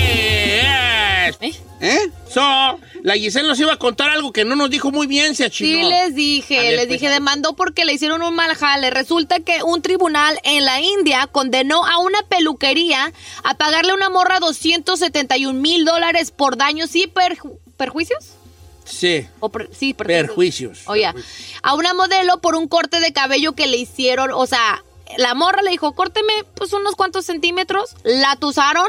Speaker 1: Señores,
Speaker 5: ¿Eh?
Speaker 1: so, la Giselle nos iba a contar algo que no nos dijo muy bien, se
Speaker 4: Sí,
Speaker 1: achinó.
Speaker 4: les dije,
Speaker 1: A ver,
Speaker 4: les
Speaker 1: pues,
Speaker 4: dije, demandó porque le hicieron un mal jale. Resulta que un tribunal en la India condenó a una peluquería a pagarle a una morra 271 mil dólares por daños y perju- perjuicios.
Speaker 1: Sí.
Speaker 4: O per- sí,
Speaker 1: Perjuicios.
Speaker 4: Oye, a una modelo por un corte de cabello que le hicieron, o sea, la morra le dijo, córteme pues unos cuantos centímetros, la tusaron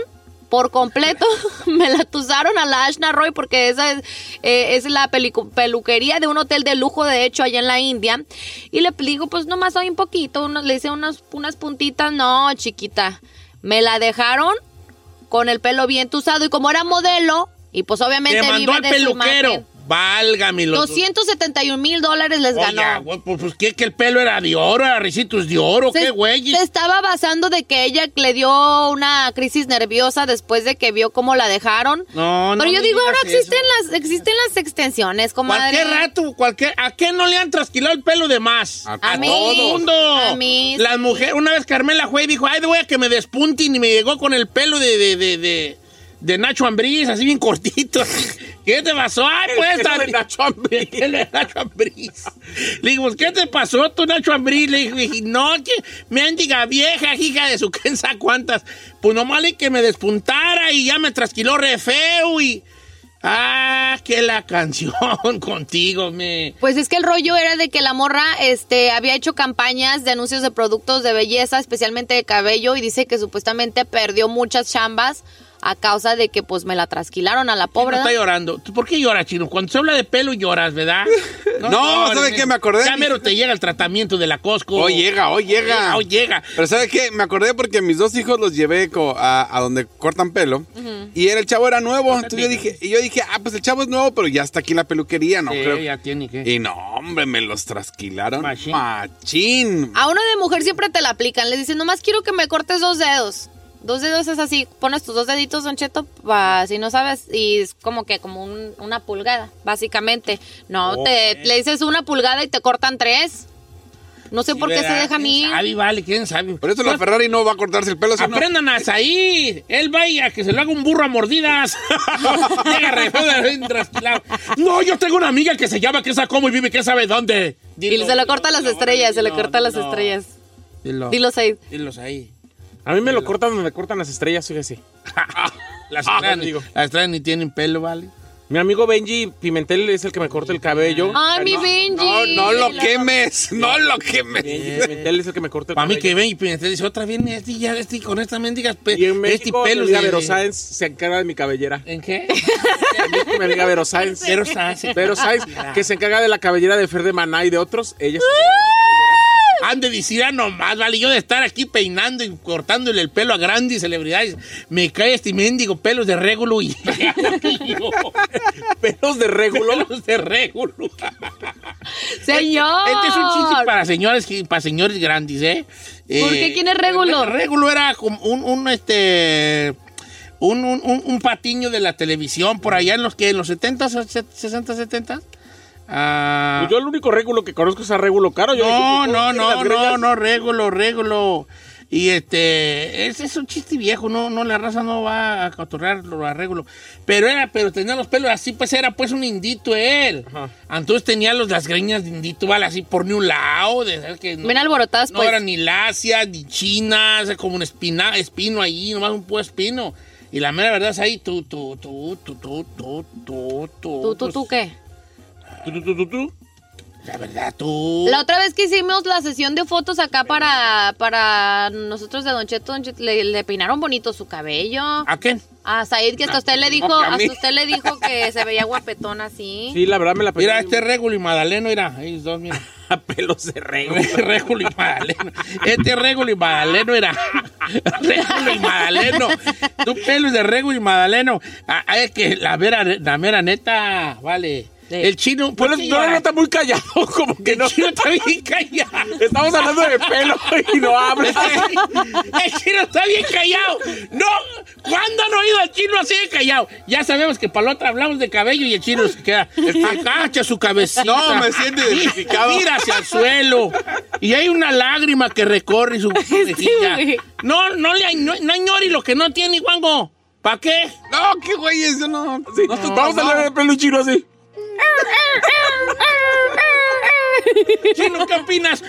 Speaker 4: por completo, me la tusaron a la Ashna Roy porque esa es, eh, es la pelicu- peluquería de un hotel de lujo, de hecho, allá en la India. Y le digo, pues nomás soy un poquito, uno- le hice unas, unas puntitas, no, chiquita, me la dejaron con el pelo bien tusado y como era modelo, y pues obviamente
Speaker 1: Te mandó
Speaker 4: vive
Speaker 1: al
Speaker 4: de su
Speaker 1: peluquero.
Speaker 4: imagen.
Speaker 1: Válgame los
Speaker 4: 271 mil dólares les
Speaker 1: Oiga,
Speaker 4: ganó.
Speaker 1: güey, pues, pues, ¿qué? ¿Que el pelo era de oro? ¿Era ricitos de oro?
Speaker 4: se,
Speaker 1: ¿Qué, güey?
Speaker 4: se estaba basando de que ella le dio una crisis nerviosa después de que vio cómo la dejaron.
Speaker 1: No, no
Speaker 4: Pero yo
Speaker 1: me
Speaker 4: digo,
Speaker 1: digas
Speaker 4: ahora
Speaker 1: eso.
Speaker 4: existen las, existen las extensiones, comadre.
Speaker 1: Cualquier rato, cualquier, ¿a qué no le han trasquilado el pelo de más? A,
Speaker 4: mí,
Speaker 1: todo mundo.
Speaker 4: a mí,
Speaker 1: Las mujeres, una vez Carmela Juey dijo, ay, voy a que me despunten y me llegó con el pelo de, de, de, de, de Nacho Ambriz, así bien cortito. ¿Qué te pasó? Ay, pues,
Speaker 3: pelo de
Speaker 1: tan-
Speaker 3: Nacho Ambriz.
Speaker 1: El pelo de Nacho Ambriz. Le digo, pues, ¿qué te pasó tú, Nacho Ambriz? Le dije, no, que me han diga vieja, hija de su quensa cuántas. Pues nomás le que me despuntara y ya me trasquiló re feo y... Ah, que la canción contigo, me.
Speaker 4: Pues es que el rollo era de que la morra este, había hecho campañas de anuncios de productos de belleza, especialmente de cabello, y dice que supuestamente perdió muchas chambas a causa de que pues me la trasquilaron a la pobre.
Speaker 1: No está
Speaker 4: ¿verdad?
Speaker 1: llorando. ¿Tú ¿Por qué lloras, chino? Cuando se habla de pelo lloras, ¿verdad?
Speaker 5: No,
Speaker 1: llores,
Speaker 5: ¿sabe
Speaker 1: me-
Speaker 5: qué? Me acordé.
Speaker 1: Ya mero te llega el tratamiento de la Costco.
Speaker 5: Hoy llega, hoy llega.
Speaker 1: Hoy llega.
Speaker 5: Pero ¿sabe qué? Me acordé porque mis dos hijos los llevé co- a, a donde cortan pelo. Y era, el chavo era nuevo. Entonces yo dije, y yo dije, ah, pues el chavo es nuevo, pero ya está aquí en la peluquería, no
Speaker 1: Sí,
Speaker 5: creo.
Speaker 1: ya tiene que.
Speaker 5: Y no, hombre, me los trasquilaron.
Speaker 1: Machín.
Speaker 5: Machín.
Speaker 4: A uno de mujer siempre te la aplican. Les dicen, nomás quiero que me cortes dos dedos. Dos dedos es así, pones tus dos deditos, Don Cheto, pa- si no sabes, y es como que como un- una pulgada, básicamente. No, te, le dices una pulgada y te cortan tres. No sé por qué se
Speaker 1: ¿Verdad?
Speaker 4: dejan
Speaker 1: ¿Quién
Speaker 4: ir.
Speaker 1: Sabe, vale, quién sabe. Pues,
Speaker 5: Por eso la Ferrari no va a cortarse el pelo. sino-
Speaker 1: Aprendan a salir. Él vaya que se lo haga un burro a mordidas. Llega re feo de re- trasquilado. No, yo tengo una amiga que se llama, que sabe cómo y vive, que sabe dónde.
Speaker 4: Y se le corta las estrellas, se le corta las estrellas.
Speaker 1: Dilo.
Speaker 4: Dilo seis.
Speaker 1: Dilos ahí.
Speaker 3: A mí me lo cortan donde cortan las estrellas, fíjese.
Speaker 1: Las
Speaker 3: Ah,
Speaker 1: estrellas,
Speaker 3: no
Speaker 1: ni-
Speaker 3: digo.
Speaker 1: las estrellas ni tienen pelo, ¿vale?
Speaker 3: Mi amigo Benji Pimentel es el que me corta el cabello.
Speaker 4: Ay, mi
Speaker 5: No,
Speaker 4: Benji.
Speaker 5: no lo quemes, no lo quemes.
Speaker 3: Benji Pimentel es el que me corta el
Speaker 1: Para mí que
Speaker 3: cabello.
Speaker 1: ven y Pimentel dice, otra viene este, ya este, con esta mendiga, pe-
Speaker 3: Y en
Speaker 1: este
Speaker 3: México,
Speaker 1: pelo
Speaker 3: mi amiga
Speaker 1: de-
Speaker 3: Vero Sáenz se encarga de mi cabellera.
Speaker 1: ¿En qué?
Speaker 3: En México, mi amiga Vero Sáenz.
Speaker 1: Pero Sáenz.
Speaker 3: Vero Sáenz, que se encarga de la cabellera de Fer de Maná y de otros. Ella se-
Speaker 1: Han de decir, ah, nomás, vale, yo de estar aquí peinando y cortándole el pelo a grandes celebridades, me cae este mendigo pelos de régulo y...
Speaker 3: Pelos de régulo.
Speaker 1: pelos de régulo.
Speaker 4: Señor.
Speaker 1: Este es un chiste para señores, que- para señores grandes, ¿eh?
Speaker 4: ¿Por qué? ¿Quién es régulo?
Speaker 1: Régulo era como un, un, este... Un, un- un- un patiño de la televisión por allá en los que en los 70s, 60s, 70s. Ah,
Speaker 3: Yo el único régulo que conozco es a régulo caro. Yo
Speaker 1: no,
Speaker 3: dije, pues,
Speaker 1: no,
Speaker 3: ¿cómo tiene
Speaker 1: no,
Speaker 3: las greñas?
Speaker 1: no, no, régulo, régulo. Y este, ese es un chiste viejo, no, no, la raza no va a cotorrearlo a régulo. Pero era, pero tenía los pelos así, pues era pues un indito él.
Speaker 3: Ajá.
Speaker 1: Entonces tenía los, las greñas de indito, vale, así por ni un lado. De, esas que no,
Speaker 4: Ven alborotadas,
Speaker 1: no
Speaker 4: pues.
Speaker 1: era ni lacia, ni china, o sea, como un espina, espino ahí, nomás un puro espino. Y la mera verdad es ahí, tú, tú, tú, tú, tú, tú, tú,
Speaker 4: ¿Tú, tú, tú qué?
Speaker 1: tú, tú, tú, tú. La verdad, tú.
Speaker 4: La otra vez que hicimos la sesión de fotos acá para, para nosotros de Don Cheto, Don Cheto, le, le peinaron bonito su cabello.
Speaker 1: ¿A quién?
Speaker 4: A Said, que hasta usted le dijo,
Speaker 5: que a mí.
Speaker 4: hasta usted le dijo que se veía guapetón así.
Speaker 3: Sí, la verdad me la
Speaker 1: Mira,
Speaker 3: pegué.
Speaker 1: este Régulo y Madaleno, mira, ellos dos, mira.
Speaker 3: pelos de régulo.
Speaker 1: Régulo y Madaleno. Este Régulo y Madaleno era. Régulo y Madaleno. Tú pelos de Régulo y Madaleno. Ah, ah, es que la mera, la mera neta, vale. El chino.
Speaker 3: Pero
Speaker 1: ¿por
Speaker 3: el
Speaker 1: qué
Speaker 3: Dora no
Speaker 1: llora?
Speaker 3: está muy callado, como que no.
Speaker 1: El chino está bien callado.
Speaker 3: Estamos hablando de pelo y no habla.
Speaker 1: El chino está bien callado. No, ¿cuándo han oído al chino así de callado? Ya sabemos que para la otra hablamos de cabello y el chino se queda. Agacha su cabecita.
Speaker 5: No, me siento identificado.
Speaker 1: Mira hacia el suelo. Y hay una lágrima que recorre su mejilla.
Speaker 4: güey.
Speaker 1: No, no le no, no ignore lo que no tiene, Juango. ¿Para qué?
Speaker 5: No, qué güey, eso no.
Speaker 3: Sí,
Speaker 5: no estoy
Speaker 3: Vamos a hablar de pelo y chino así.
Speaker 1: Chino, ¿qué opinas?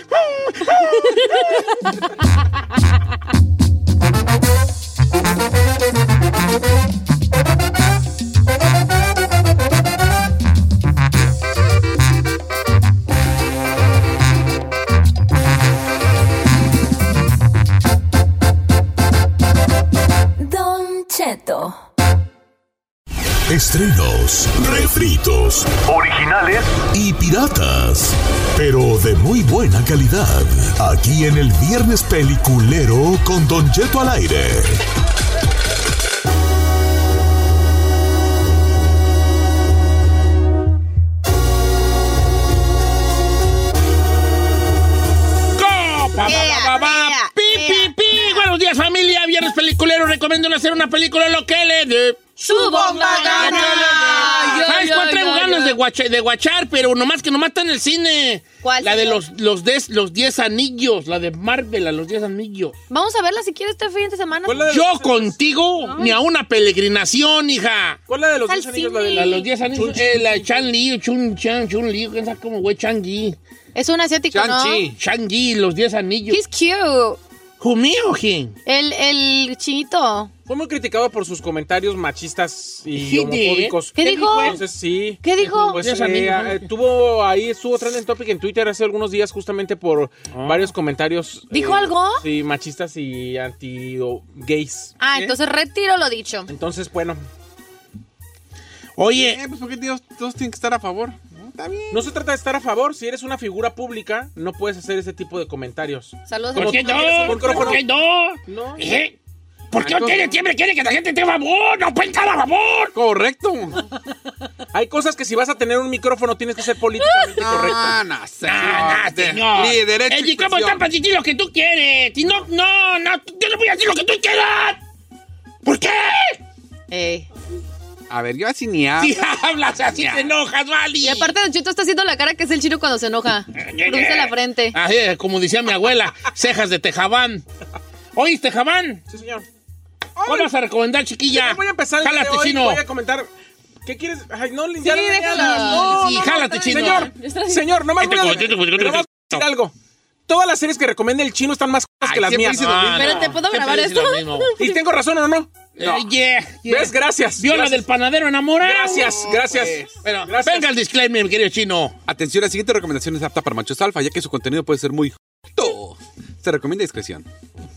Speaker 6: Don Cheto.
Speaker 7: Estrenos, refritos
Speaker 8: Originales.
Speaker 7: y piratas, pero de muy buena calidad. Aquí en el Viernes Peliculero con Don Jeto al aire.
Speaker 1: peliculero recomiendo hacer una película lo que le dé.
Speaker 4: ¡Su bomba gana! Yo,
Speaker 1: ¿Sabes
Speaker 4: yo,
Speaker 1: cuál traigo
Speaker 4: yo,
Speaker 1: ganas
Speaker 4: yo.
Speaker 1: De, guacha- de guachar? Pero nomás que nomás está en el cine.
Speaker 4: ¿Cuál,
Speaker 1: La de
Speaker 4: señor?
Speaker 1: los, los, des- los 10 anillos, la de Marvel, a los 10 anillos.
Speaker 4: Vamos a verla si quieres este fin de semana.
Speaker 1: Yo contigo, ni a una peregrinación, hija.
Speaker 3: ¿Cuál es la de los
Speaker 4: Al
Speaker 3: 10 anillos?
Speaker 4: cine.
Speaker 3: La de
Speaker 1: La de los 10 anillos, eh, la de Chan Li, Chun Chan, Chun Li, ¿quién sabe cómo, güey? Chan Yi.
Speaker 4: Es un asiático, ¿no?
Speaker 1: Chan Yi, los 10 anillos.
Speaker 4: He's cute.
Speaker 1: ¿Jumí o quién?
Speaker 4: El, el chinito.
Speaker 3: Fue muy criticado por sus comentarios machistas y
Speaker 1: Sí,
Speaker 3: homofóbicos.
Speaker 4: ¿Qué dijo?
Speaker 3: Entonces, sí.
Speaker 4: ¿Qué dijo?
Speaker 3: Pues,
Speaker 1: Dios
Speaker 3: eh,
Speaker 1: amigo.
Speaker 3: eh, tuvo ahí, estuvo trending topic en Twitter hace algunos días justamente por varios comentarios.
Speaker 4: Ah.
Speaker 3: eh,
Speaker 4: ¿Dijo algo?
Speaker 3: Sí, machistas y anti-gays.
Speaker 4: Ah, entonces retiro lo dicho.
Speaker 3: Entonces, bueno,
Speaker 1: Oye,
Speaker 5: Eh, pues porque Dios, todos tienen que estar a favor. ¿no? Está bien.
Speaker 3: no se trata de estar a favor. Si eres una figura pública, no puedes hacer ese tipo de comentarios.
Speaker 4: Saludos.
Speaker 1: ¿por qué no? ¿Por qué no?
Speaker 3: No.
Speaker 1: ¿Eh? ¿Por qué
Speaker 5: Ah,
Speaker 1: usted
Speaker 5: entonces-
Speaker 1: siempre quiere que la gente esté a favor? ¡No puede estar a favor!
Speaker 5: Correcto.
Speaker 3: Hay cosas que si vas a tener un micrófono tienes que ser políticamente correcto.
Speaker 5: Ah, no, señor.
Speaker 1: Ah, no,
Speaker 5: De-
Speaker 1: señor.
Speaker 5: Ni derecho.
Speaker 1: Eddie, ¿cómo
Speaker 5: expresión.
Speaker 1: estás para decir lo que tú quieres? Si no, no, no, yo no voy a decir lo que tú quieras. ¿Por qué?
Speaker 4: Eh.
Speaker 5: A ver, yo así
Speaker 3: Ah.
Speaker 5: ni hablo.
Speaker 1: Si hablas así, te enojas, Vali.
Speaker 4: Y aparte, Don Chito está haciendo la cara que es el chino cuando se enoja. Cruza la frente.
Speaker 1: Así es, como decía mi abuela, cejas de Tejabán. Oye, Tejabán,
Speaker 3: Sí, señor.
Speaker 1: ¿cuál vas a recomendar, chiquilla?
Speaker 3: Voy a empezar el día
Speaker 1: Jálate,
Speaker 3: de hoy,
Speaker 1: chino.
Speaker 3: Voy a comentar. ¿Qué quieres? Ay, no, ya no me-
Speaker 4: déjalo.
Speaker 3: No,
Speaker 1: Sí,
Speaker 3: no, no,
Speaker 1: jálate, chino.
Speaker 3: Señor, señor, nomás voy a
Speaker 1: Este-
Speaker 3: nomás voy a decir algo. Todas las series que recomienda el chino están más jodidas que las
Speaker 5: siempre
Speaker 3: mías.
Speaker 5: dice lo mismo.
Speaker 4: Pero te puedo
Speaker 1: siempre
Speaker 4: grabar
Speaker 1: dice lo
Speaker 4: esto.
Speaker 1: mismo.
Speaker 3: ¿Y tengo razón o no?
Speaker 1: Eh, yeah, yeah.
Speaker 3: ¿Ves? Gracias.
Speaker 1: Viola
Speaker 3: Gracias.
Speaker 1: del panadero enamorado. Pues.
Speaker 3: Gracias, gracias.
Speaker 1: Bueno,
Speaker 3: Gracias.
Speaker 1: venga el disclaimer, mi querido chino.
Speaker 5: Atención, la siguiente recomendación es apta para machos alfa, ya que su contenido puede ser muy joto. Se recomienda discreción.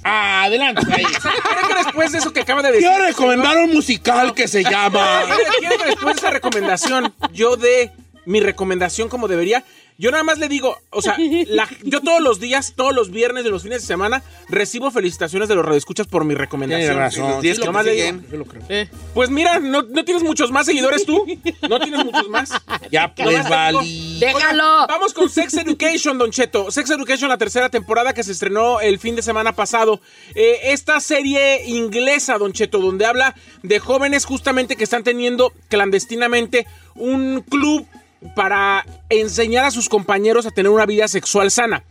Speaker 1: Adelante. ahí.
Speaker 3: ¿Cree que después de eso que acaba de decir?
Speaker 1: Quiero recomendar un musical que se llama.
Speaker 3: ¿Quiere- quiere que después de esa recomendación yo dé mi recomendación como debería? Yo nada más le digo, o sea, la- yo todos los días, todos los viernes de los fines de semana, recibo felicitaciones de los radioescuchas por mi recomendación.
Speaker 5: Los diez
Speaker 3: Sí, lo
Speaker 5: que
Speaker 3: más
Speaker 5: te
Speaker 3: le digo.
Speaker 5: siguen.
Speaker 3: Pues mira, no, no tienes muchos más seguidores tú. No tienes muchos más.
Speaker 1: Ya
Speaker 3: Nomás
Speaker 1: pues,
Speaker 3: te digo,
Speaker 1: Vali.
Speaker 4: Déjalo.
Speaker 3: Vamos con Sex Education, Don Cheto. Sex Education, la tercera temporada que se estrenó el fin de semana pasado. Eh, esta serie inglesa, Don Cheto, donde habla de jóvenes justamente que están teniendo clandestinamente un club para enseñar a sus compañeros a tener una vida sexual sana.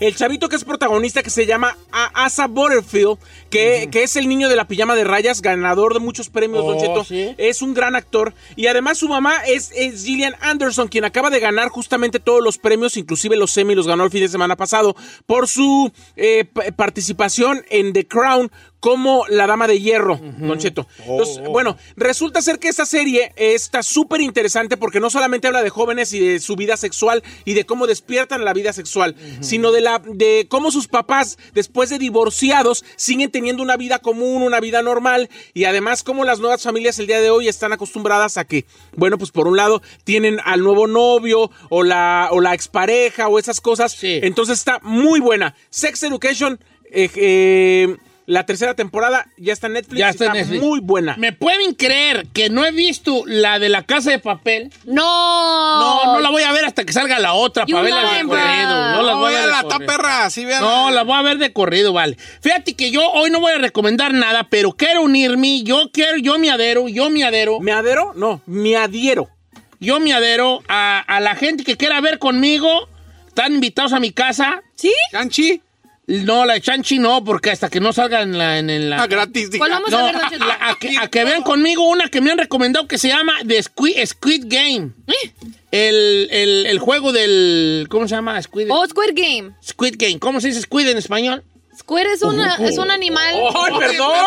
Speaker 3: El chavito que es protagonista, que se llama A- Asa Butterfield, que, que es el niño de la pijama de rayas, ganador de muchos premios, Don
Speaker 1: Oh,
Speaker 3: Cheto.
Speaker 1: ¿sí?
Speaker 3: Es un gran actor. Y además su mamá es, es Gillian Anderson, quien acaba de ganar justamente todos los premios, inclusive los semi los ganó el fin de semana pasado, por su eh, pa- participación en The Crown como la dama de hierro, Don Cheto. Entonces, bueno, resulta ser que esta serie eh, está súper interesante porque no solamente habla de jóvenes y de su vida sexual y de cómo despiertan la vida sexual, sino de la de cómo sus papás después de divorciados siguen teniendo una vida común, una vida normal y además cómo las nuevas familias el día de hoy están acostumbradas a que, bueno, pues por un lado tienen al nuevo novio o la o la expareja o esas cosas.
Speaker 1: Sí.
Speaker 3: Entonces está muy buena. Sex Education eh, eh, la tercera temporada ya está en Netflix,
Speaker 1: Ya está en Netflix.
Speaker 3: muy buena.
Speaker 1: ¿Me pueden creer que no he visto la de la casa de papel?
Speaker 4: No.
Speaker 1: No, no la voy a ver hasta que salga la otra
Speaker 4: You
Speaker 1: para verla de
Speaker 4: lying,
Speaker 1: corrido.
Speaker 4: bro.
Speaker 1: No la
Speaker 5: No,
Speaker 1: voy a ver.
Speaker 5: véanla, está perra, sí, véanla.
Speaker 1: No, la voy a ver de corrido, vale. Fíjate que yo hoy no voy a recomendar nada, pero quiero unirme. Yo quiero, yo me adero, yo me adero,
Speaker 3: ¿Me adero? No, me adhiero.
Speaker 1: yo me adero a, a la gente que quiera ver conmigo. Están invitados a mi casa.
Speaker 4: ¿Sí?
Speaker 5: Chanchi.
Speaker 1: No, la de Chanchi no, porque hasta que no salga en la. En, en la
Speaker 5: Ah, gratis. dije.
Speaker 4: ¿Cuál Pues vamos
Speaker 1: No,
Speaker 4: a ver, Don Cheto?
Speaker 1: la- a, que, a que vean conmigo una que me han recomendado que se llama The Squid, Squid Game. El, el- el juego del. ¿Cómo se llama? Squid,
Speaker 4: Oh, Squid Game.
Speaker 1: Squid Game. ¿Cómo se dice Squid en español?
Speaker 4: Squid es, una, es un animal.
Speaker 3: ¡Ay, Oh, perdón!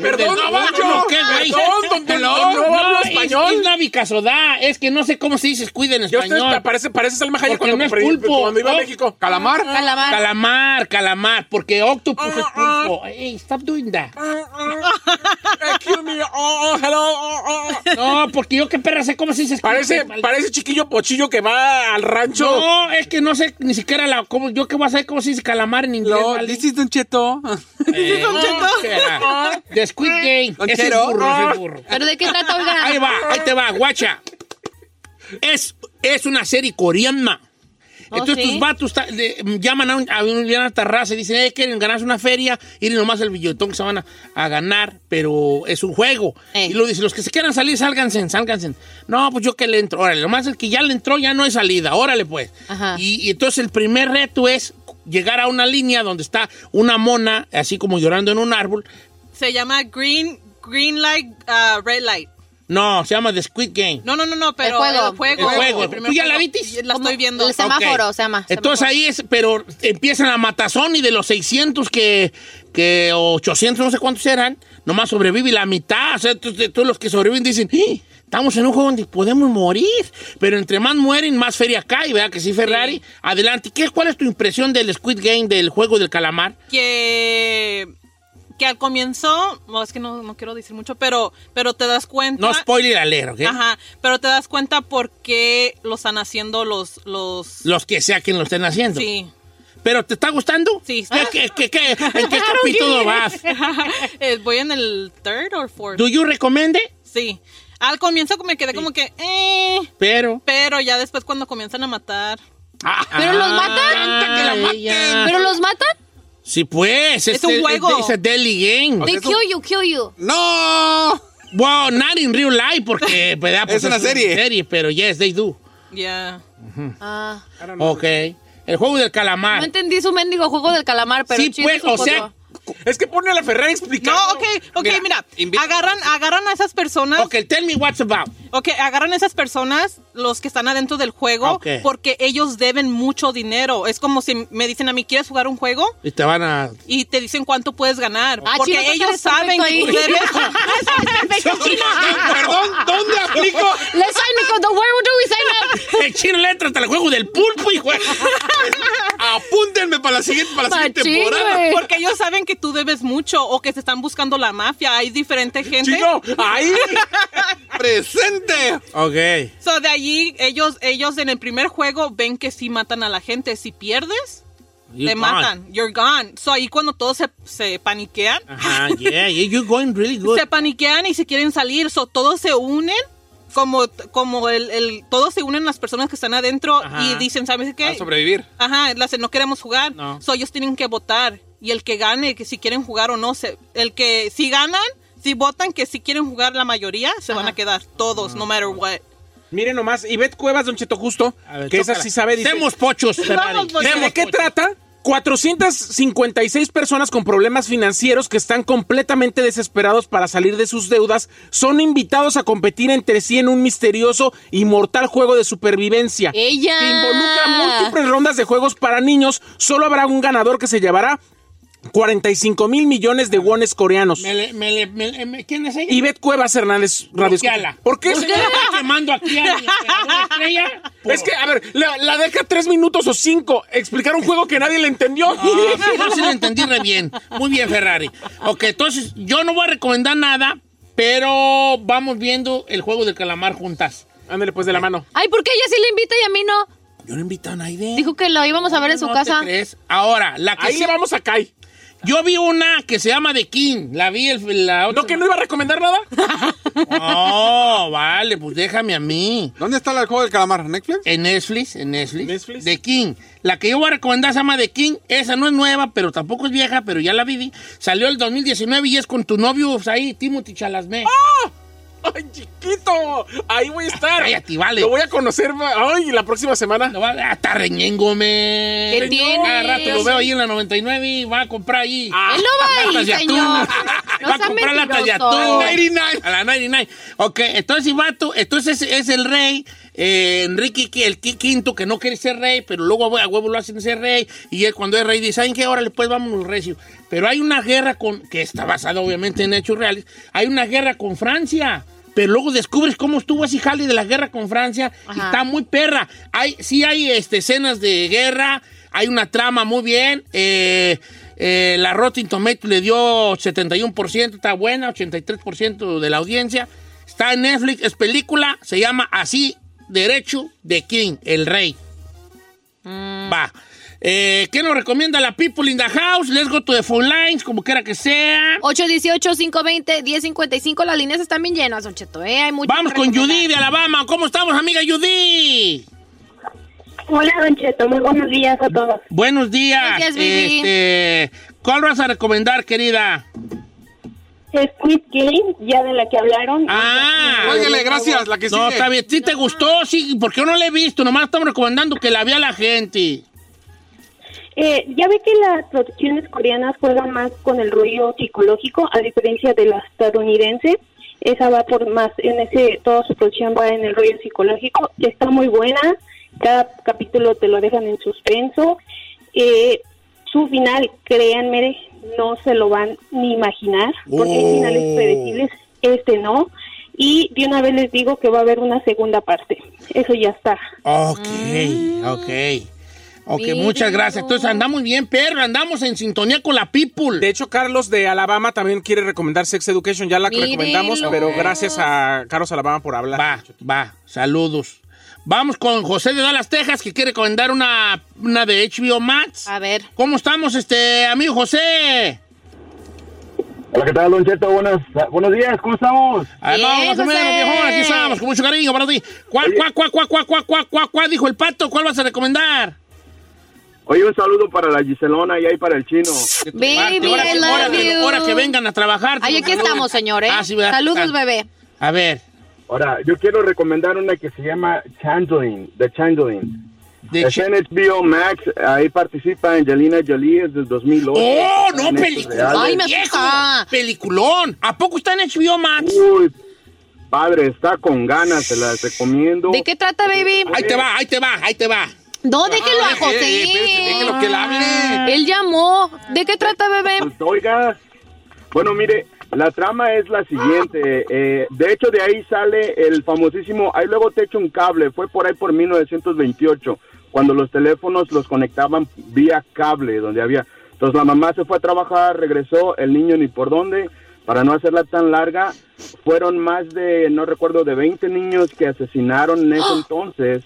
Speaker 3: ¡Perdón,
Speaker 1: no,
Speaker 3: mucho!
Speaker 1: no, ¿qué, güey?
Speaker 3: ¡Perdón, don
Speaker 1: No,
Speaker 3: Pelón! ¡No hablo
Speaker 1: es- Es,
Speaker 3: español!
Speaker 1: la bicasodá. Es que no sé cómo se dice Squid en
Speaker 3: Yo usted
Speaker 1: español.
Speaker 3: parece, parece Salma Hayek
Speaker 1: Porque
Speaker 3: cuando,
Speaker 1: no es
Speaker 3: pre-
Speaker 1: pulpo.
Speaker 3: cuando iba a
Speaker 1: Oh.
Speaker 3: México.
Speaker 5: Calamar.
Speaker 4: Ah, Calamar.
Speaker 1: Calamar, calamar, porque octopus
Speaker 3: Ah,
Speaker 1: es pulpo. Ey, stop doing that.
Speaker 3: Excuse ah. me, oh, oh, hello, oh, oh.
Speaker 1: No, porque yo qué perra sé cómo se dice Squid
Speaker 3: Parece,
Speaker 1: Game.
Speaker 3: parece chiquillo pochillo que va al rancho.
Speaker 1: No, es que no sé ni siquiera la. cómo- yo qué voy a saber cómo se dice calamar en inglés.
Speaker 5: No,
Speaker 1: ¿vale?
Speaker 5: this is Don Cheto.
Speaker 1: Eh, ¿qué era? The Squid Game.
Speaker 5: Don
Speaker 1: Ese
Speaker 5: Chero.
Speaker 1: burro, ese burro.
Speaker 4: ¿Pero de qué trata, oiga?
Speaker 1: Ahí va, ahí te va, guacha. Es, es una serie coreana. Entonces
Speaker 4: Oh, ¿sí?
Speaker 1: tus vatos ta- le- mm, llaman a, un, a un- a una terraza y dicen, eh, quieren ganarse una feria y nomás el billetón que se van a, a ganar, pero es un juego.
Speaker 4: Eh.
Speaker 1: Y luego dicen, los que se quieran salir, sálganse, sálganse. No, pues yo que le entro. Órale, nomás el que ya le entró ya no hay salida. Órale, pues.
Speaker 4: Ajá.
Speaker 1: Y, y entonces el primer reto es llegar a una línea donde está una mona, así como llorando en un árbol.
Speaker 8: Se llama Green, green Light, ah, Red Light.
Speaker 1: No, se llama The Squid Game.
Speaker 8: No, no, no, no,
Speaker 4: El
Speaker 8: pero
Speaker 4: juego.
Speaker 8: el juego.
Speaker 1: El juego.
Speaker 8: primer
Speaker 1: ¿Tú ya la
Speaker 8: juego.
Speaker 1: viste?
Speaker 8: La estoy viendo.
Speaker 4: El semáforo se llama.
Speaker 1: Entonces ahí es, pero empiezan la matazón y de los 600 que, que 800, no sé cuántos eran, nomás sobrevive la mitad. O sea, tú- tú- todos los que sobreviven dicen, "Ih, estamos en un juego donde podemos morir. Pero entre más mueren, más feria cae, ¿verdad? Que sí, Ferrari. Adelante. ¿Qué, ¿Cuál es tu impresión del Squid Game, del juego del calamar?
Speaker 8: que que al comienzo, no, es que no, no quiero decir mucho, pero pero te das cuenta.
Speaker 1: No spoiler alert, ¿ok?
Speaker 8: Ajá, pero te das cuenta por qué lo están haciendo los los
Speaker 1: Los que sea quien lo estén haciendo.
Speaker 8: Sí.
Speaker 1: ¿Pero te está gustando?
Speaker 8: Sí.
Speaker 1: ¿Qué, qué- qué- en qué capítulo vas?
Speaker 8: Eh, Voy en el third or fourth.
Speaker 1: ¿Do you recommend it?
Speaker 8: Sí. Al comienzo me quedé como que eh,
Speaker 1: Pero.
Speaker 8: pero ya después cuando comienzan a matar.
Speaker 4: ¿Pero los
Speaker 1: Ah,
Speaker 4: matan? ¿Pero los matan?
Speaker 1: Sí, pues.
Speaker 4: Es un juego.
Speaker 1: Es a daily game.
Speaker 4: They kill you, kill you.
Speaker 1: ¡No! Wow, not in real life, porque... ¿verdad? Pues,
Speaker 5: Es una serie.
Speaker 1: pero yes, they do.
Speaker 8: Ya.
Speaker 4: Ah.
Speaker 1: Ok. El juego del
Speaker 4: No
Speaker 1: calamar.
Speaker 4: entendí su mendigo juego del calamar, pero
Speaker 1: Sí,
Speaker 4: chido
Speaker 1: pues,
Speaker 4: su
Speaker 1: o sea,
Speaker 4: juego.
Speaker 3: Es que pone a la Ferrari explicando.
Speaker 8: No, ok, ok, mira. agarran, agarran a esas personas. Ok,
Speaker 1: tell me what's about.
Speaker 8: Ok, agarran a esas personas, los que están adentro del juego,
Speaker 1: Ok.
Speaker 8: porque ellos deben mucho dinero. Es como si me dicen a mí, ¿quieres jugar un juego?
Speaker 1: Y te van a...
Speaker 8: Y te dicen cuánto puedes ganar.
Speaker 4: Ah,
Speaker 8: porque
Speaker 4: Chino, tú
Speaker 8: ellos
Speaker 4: eres
Speaker 8: saben que
Speaker 4: perfecto
Speaker 8: tú
Speaker 4: ahí.
Speaker 8: debes.
Speaker 1: Perdón, ¿dónde aplico?
Speaker 4: Let's sign up. Don't worry, do we sign up?
Speaker 1: El ¡Eh, chino le entra hasta el juego del pulpo, hijo. Apúntenme para la siguiente, para la siguiente
Speaker 8: Machín,
Speaker 1: temporada.
Speaker 8: güey. Porque ellos saben que tú debes mucho o que te están buscando la mafia. Hay diferente gente.
Speaker 1: Chino, ahí.
Speaker 8: ¡Presente!
Speaker 1: Ok.
Speaker 8: So, de allí, ellos, ellos en el primer juego ven que sí matan a la gente. Si pierdes,
Speaker 1: You're gone.
Speaker 8: te matan. You're gone. So, ahí cuando todos se, se paniquean,
Speaker 1: Ajá, yeah, yeah, you're going really good.
Speaker 8: se paniquean y se quieren salir. So, todos se unen. Como, como el, el- todos se unen las personas que están adentro
Speaker 5: Ajá.
Speaker 8: y dicen, ¿sabes qué?
Speaker 5: A sobrevivir.
Speaker 8: Ajá, las de no queremos jugar.
Speaker 5: No.
Speaker 8: So, ellos tienen que votar. Y el que gane, que si quieren jugar o no, se- el que si ganan, si votan que si quieren jugar la mayoría, se van a quedar todos, no matter what.
Speaker 3: Miren nomás, Ivette Cuevas, Don Cheto Justo, que esa
Speaker 1: chócala.
Speaker 3: sí sabe. Dice,
Speaker 1: Semos pochos, Ferrari.
Speaker 3: Dice,
Speaker 1: Semos
Speaker 3: ¿De qué
Speaker 1: pochos.
Speaker 3: trata? 456 personas con problemas financieros que están completamente desesperados para salir de sus deudas son invitados a competir entre sí en un misterioso y mortal juego de supervivencia.
Speaker 4: Ella.
Speaker 3: Que involucra múltiples
Speaker 1: Ah.
Speaker 3: rondas de juegos para niños. Solo habrá un ganador que se llevará 45 mil millones de wones coreanos.
Speaker 1: Me le- me le- me le- me- ¿Quién es ella?
Speaker 3: Ivette Cuevas Hernández Radio.
Speaker 1: Bloqueala.
Speaker 3: ¿Por qué?
Speaker 1: ¿Por qué está quemando aquí a mi emperador estrella?
Speaker 3: Es que, a ver, la, la deja tres minutos o cinco explicar un juego que nadie le entendió.
Speaker 1: Ah, no, sí lo entendí re bien. Muy bien, Ferrari. Ok, entonces yo no voy a recomendar nada, pero vamos viendo el juego del calamar juntas. Eh,
Speaker 3: Ándale, pues de la mano.
Speaker 4: Ay, ¿por qué ella sí le invita y a mí no?
Speaker 1: Yo no invito a nadie.
Speaker 4: Dijo que lo íbamos a ver en su
Speaker 1: No te
Speaker 4: casa.
Speaker 1: crees. Ahora, la que
Speaker 3: Ahí le vamos a Kai.
Speaker 1: Yo vi una que se llama The King. La vi el, la otra. ¿No que
Speaker 3: no iba a recomendar nada?
Speaker 1: No, vale, pues déjame a mí.
Speaker 5: ¿Dónde está el juego del calamar? ¿Netflix?
Speaker 1: En Netflix, en Netflix. Netflix. The King. La que yo voy a recomendar se llama The King. Esa no es nueva, pero tampoco es vieja, pero ya la vi. Salió el 2019 y es con tu novio pues, ahí, Timothy Chalasme.
Speaker 3: ¡Ah! ¡Ay, chiquito! Ahí voy a estar.
Speaker 1: Cállate, vale.
Speaker 3: Lo voy a conocer. Ay, la próxima semana.
Speaker 1: Hasta reñengo, me.
Speaker 3: ¿Qué tiene?
Speaker 1: Cada rato lo veo ahí en la 99 y va a comprar ahí.
Speaker 4: Él no va
Speaker 1: Latas
Speaker 4: ahí,
Speaker 1: de atún.
Speaker 4: señor. No
Speaker 1: va a
Speaker 4: sea
Speaker 1: comprar latas de atún. A
Speaker 4: mentiroso.
Speaker 1: la 99. A la 99. Ok, entonces, vato, entonces es, es el rey, eh, Enrique, que- el qui- quinto, que no quiere ser rey, pero luego a hue- a huevo lo hacen ser rey, y él cuando es rey dice, ¿saben qué? Órale, pues vámonos recio. Pero hay una guerra con, que está basada obviamente en hechos reales, hay una guerra con Francia. Pero luego descubres cómo estuvo así Jali de la guerra con Francia y
Speaker 4: Ajá.
Speaker 1: está muy perra. Hay, sí hay este, escenas de guerra, hay una trama muy bien. eh, eh, la Rotten Tomato le dio 71%, está buena, 83% de la audiencia. Está en Netflix, es película, se llama Así, Derecho de King, el rey.
Speaker 3: Mm.
Speaker 1: Va. Eh, ¿Qué nos recomienda la People in the House? Let's go to the phone lines, como quiera que sea.
Speaker 4: 818-520-1055. Las líneas están bien llenas, Don Cheto, ¿eh? Hay mucho
Speaker 1: Vamos
Speaker 4: que
Speaker 1: con
Speaker 4: recomendar.
Speaker 1: Judy de Alabama. ¿Cómo estamos, amiga Judy?
Speaker 9: Hola, Don Cheto. Muy buenos días a todos.
Speaker 1: Buenos días.
Speaker 9: Gracias, Vivi.
Speaker 1: Este, ¿Cuál vas a recomendar, querida?
Speaker 9: Squid Game, ya de la que hablaron.
Speaker 1: Ah, No, está bien. ¿Sí te gustó? Sí, porque yo no la he visto. Nomás estamos recomendando que la vea la gente.
Speaker 9: Eh, ya ve que las producciones coreanas juegan más con el rollo psicológico, a diferencia de la estadounidense. Esa va por más, en ese, toda su producción va en el rollo psicológico. Está muy buena, cada capítulo te lo dejan en suspenso. Eh, su final, créanme, no se lo van ni imaginar, porque hay finales predecibles, este no. Y de una vez les digo que va a haber una segunda parte. Eso ya está.
Speaker 1: Ok, Mm. ok. Ok,
Speaker 9: Mira.
Speaker 1: muchas gracias. Entonces andamos bien, perro. Andamos en sintonía con la people.
Speaker 3: De hecho, Carlos de Alabama también quiere recomendar Sex Education. Ya la
Speaker 1: Mírenlo.
Speaker 3: recomendamos, pero gracias a Carlos Alabama por hablar.
Speaker 1: Va, va. Saludos. Vamos con José de Dallas, Texas, que quiere recomendar una, una de HBO Max. A ver. ¿Cómo estamos, este amigo José?
Speaker 10: Hola, ¿qué tal, Don Cheto? Buenas, buenos días, ¿cómo estamos?
Speaker 1: Ah, no, más o menos, viejón, aquí estamos, con mucho cariño para ti. ¿Cuál, cuál, cuál, cuál, cuál, cuál, cuál, cuál, cuál dijo el pato? ¿Cuál vas a recomendar?
Speaker 10: Oye, un saludo para la Giselona y ahí para el chino.
Speaker 4: Baby,
Speaker 1: ahora,
Speaker 4: I
Speaker 1: que,
Speaker 4: love
Speaker 1: ahora que-
Speaker 4: you.
Speaker 1: ahora que vengan a trabajar.
Speaker 4: Ay, aquí estamos, señor, ¿eh?
Speaker 1: Ah, sí, ¿verdad?
Speaker 4: Saludos, bebé.
Speaker 1: A ver.
Speaker 10: Ahora, yo quiero recomendar una que se llama Changeling, The Changeling. Está en HBO Max, ahí participa Angelina Jolie desde el 2008.
Speaker 1: ¡Oh, no,
Speaker 10: Son hechos
Speaker 1: peliculón!
Speaker 10: reales.
Speaker 1: viejo! ¡Peliculón! ¿A poco está en HBO Max?
Speaker 10: Uy, padre, está con ganas, se la recomiendo.
Speaker 4: ¿De qué trata, baby?
Speaker 1: Ahí te va, ahí te va, ahí te va.
Speaker 4: No, déjelo a José.
Speaker 10: déjelo que él hable.
Speaker 4: Él llamó. ¿De qué trata, bebé?
Speaker 10: Pues, Oiga, bueno, mire, la trama es la siguiente. eh, de hecho, de ahí sale el famosísimo, ahí luego te echo un cable, fue por ahí por 1928, cuando los teléfonos los conectaban vía cable, donde había... Entonces la mamá se fue a trabajar, regresó, el niño ni por dónde, para no hacerla tan larga, fueron más de, no recuerdo, de 20 niños que asesinaron en ese entonces.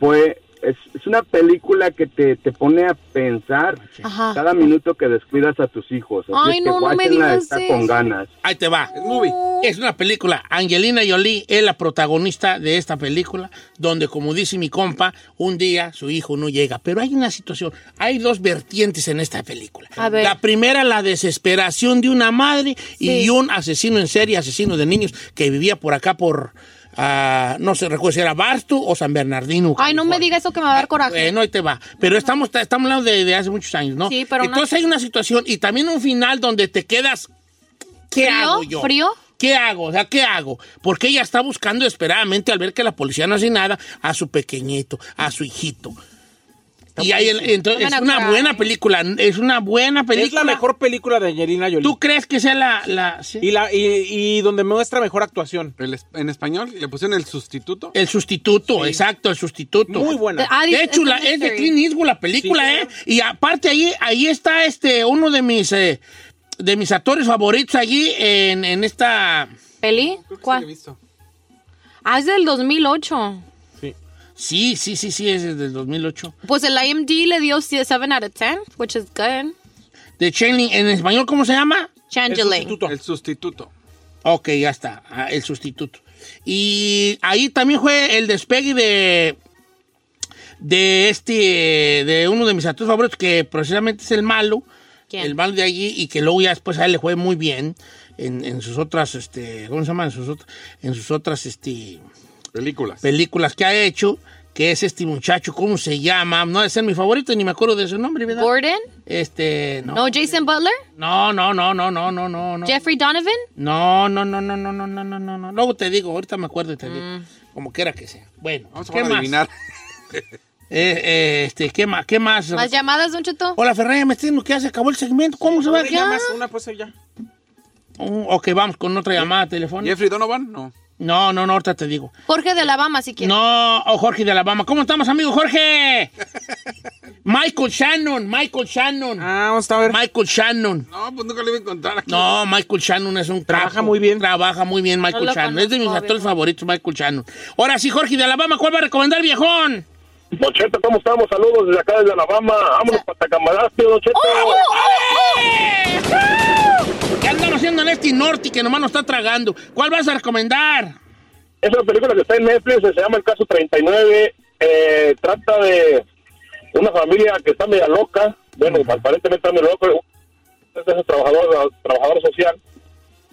Speaker 10: Fue, es, es una película que te, te pone a pensar
Speaker 4: Ajá.
Speaker 10: cada minuto que descuidas a tus hijos. Así
Speaker 1: Ay,
Speaker 10: es que
Speaker 1: no, no me
Speaker 10: guáchenla,
Speaker 1: digas
Speaker 10: está
Speaker 1: eso.
Speaker 10: con ganas.
Speaker 1: Ahí te va. Es movie. Es una película. Angelina Jolie es la protagonista de esta película, donde, como dice mi compa, un día su hijo no llega. Pero hay una situación, hay dos vertientes en esta película.
Speaker 4: A ver.
Speaker 1: La primera, la desesperación de una madre
Speaker 4: Sí.
Speaker 1: y un asesino en serie, asesino de niños, que vivía por acá por, ah, no sé, recuerdo si era Bartu o San Bernardino.
Speaker 4: Ay, no me diga eso que me va a dar coraje.
Speaker 1: Bueno, ahí te va. Pero estamos, estamos hablando de, de hace muchos años, ¿no?
Speaker 4: Sí, pero no-
Speaker 1: Entonces hay una situación y también un final donde te quedas. ¿Qué
Speaker 4: ¿Frío?
Speaker 1: hago yo?
Speaker 4: ¿Frío?
Speaker 1: ¿Qué hago? O sea, ¿qué hago? Porque ella está buscando desesperadamente al ver que la policía no hace nada a su pequeñito, a su hijito. y ahí, el- entonces,
Speaker 3: Van a
Speaker 1: es una
Speaker 3: cry.
Speaker 1: buena película, es una buena película.
Speaker 3: Es la mejor película de Angelina Jolie.
Speaker 1: ¿Tú crees que sea la...? la
Speaker 3: y, la y, y donde muestra mejor actuación.
Speaker 5: ¿En español? ¿Le pusieron el sustituto?
Speaker 1: El sustituto, exacto, el sustituto.
Speaker 5: Muy buena. Ah,
Speaker 1: de
Speaker 5: dice-
Speaker 1: hecho,
Speaker 5: es
Speaker 1: la-
Speaker 5: un
Speaker 1: es de
Speaker 5: mystery.
Speaker 1: Clint Eastwood la película,
Speaker 5: Sí,
Speaker 1: ¿eh? Y aparte ahí, ahí está este, uno de mis, eh, de mis actores favoritos allí en, en esta...
Speaker 4: ¿Peli? ¿Cuál? Ah, es del 2008.
Speaker 1: Sí, sí, sí, sí, es desde el 2008.
Speaker 4: Pues el IMD le dio 7 out of 10, which is good.
Speaker 1: De Changeling, ¿en español cómo se llama?
Speaker 4: Changeling.
Speaker 1: El sustituto. Ok, ya está, ah, el sustituto. Y ahí también fue el despegue de de este de uno de mis actores favoritos que precisamente es el malo,
Speaker 4: ¿Quién?
Speaker 1: el malo de allí y que luego ya después a él le fue muy bien en, en sus otras este, ¿cómo se llama? En sus otras en sus otras este
Speaker 5: Películas.
Speaker 1: películas que ha hecho, que es este muchacho, ¿cómo se llama? No es ser mi favorito ni me acuerdo de su nombre, ¿verdad?
Speaker 4: Gordon?
Speaker 1: Este, no.
Speaker 4: No, Jason Butler?
Speaker 1: No, no, no, no, no, no, no, no.
Speaker 4: Jeffrey Donovan?
Speaker 1: No, no, no, no, no, no, no, no, no, no. Luego te digo, ahorita me acuerdo y te digo. Como quiera que sea. Bueno,
Speaker 5: Vamos a
Speaker 1: ¿qué
Speaker 5: jugar a
Speaker 1: más?
Speaker 5: adivinar.
Speaker 1: Eh, eh, este, ¿qué más? ¿Qué más?
Speaker 4: ¿Más llamadas, Don Cheto?
Speaker 1: Hola, Ferreira, me estás diciendo que ya se acabó el segmento. ¿Cómo se va
Speaker 3: Ahora ya
Speaker 1: a
Speaker 3: más una, pues ya.
Speaker 1: Uh, ok, vamos con otra llamada telefónica.
Speaker 5: ¿Jeffrey Donovan? No.
Speaker 1: No, no, no, ahorita te digo.
Speaker 4: Jorge de Alabama, si quieres.
Speaker 1: No, oh, Jorge de Alabama. ¿Cómo estamos, amigo Jorge? Michael Shannon, Michael Shannon.
Speaker 3: Ah, vamos a ver.
Speaker 1: Michael Shannon.
Speaker 5: No, pues nunca le iba a encontrar aquí.
Speaker 1: No, Michael Shannon es un Trabaja muy bien. Trabaja muy bien Michael
Speaker 5: No lo
Speaker 1: Shannon. Es de mis
Speaker 5: conozco,
Speaker 1: actores
Speaker 5: viejo.
Speaker 1: favoritos, Michael Shannon. Ahora sí, Jorge de Alabama, ¿cuál va a recomendar, viejón?
Speaker 11: Don Cheto, ¿cómo estamos? Saludos desde Pues acá, desde Alabama. Vámonos para Tacamarasio, Don
Speaker 1: ¡Oh,
Speaker 11: Cheto.
Speaker 1: oh! ¿Qué andamos haciendo en este norte que nomás nos está tragando? ¿Cuál vas a recomendar?
Speaker 11: Es una película que está en Netflix, se llama El Caso 39. eh, trata de una familia que está media loca, bueno, aparentemente está medio loca, es un trabajador, trabajador social,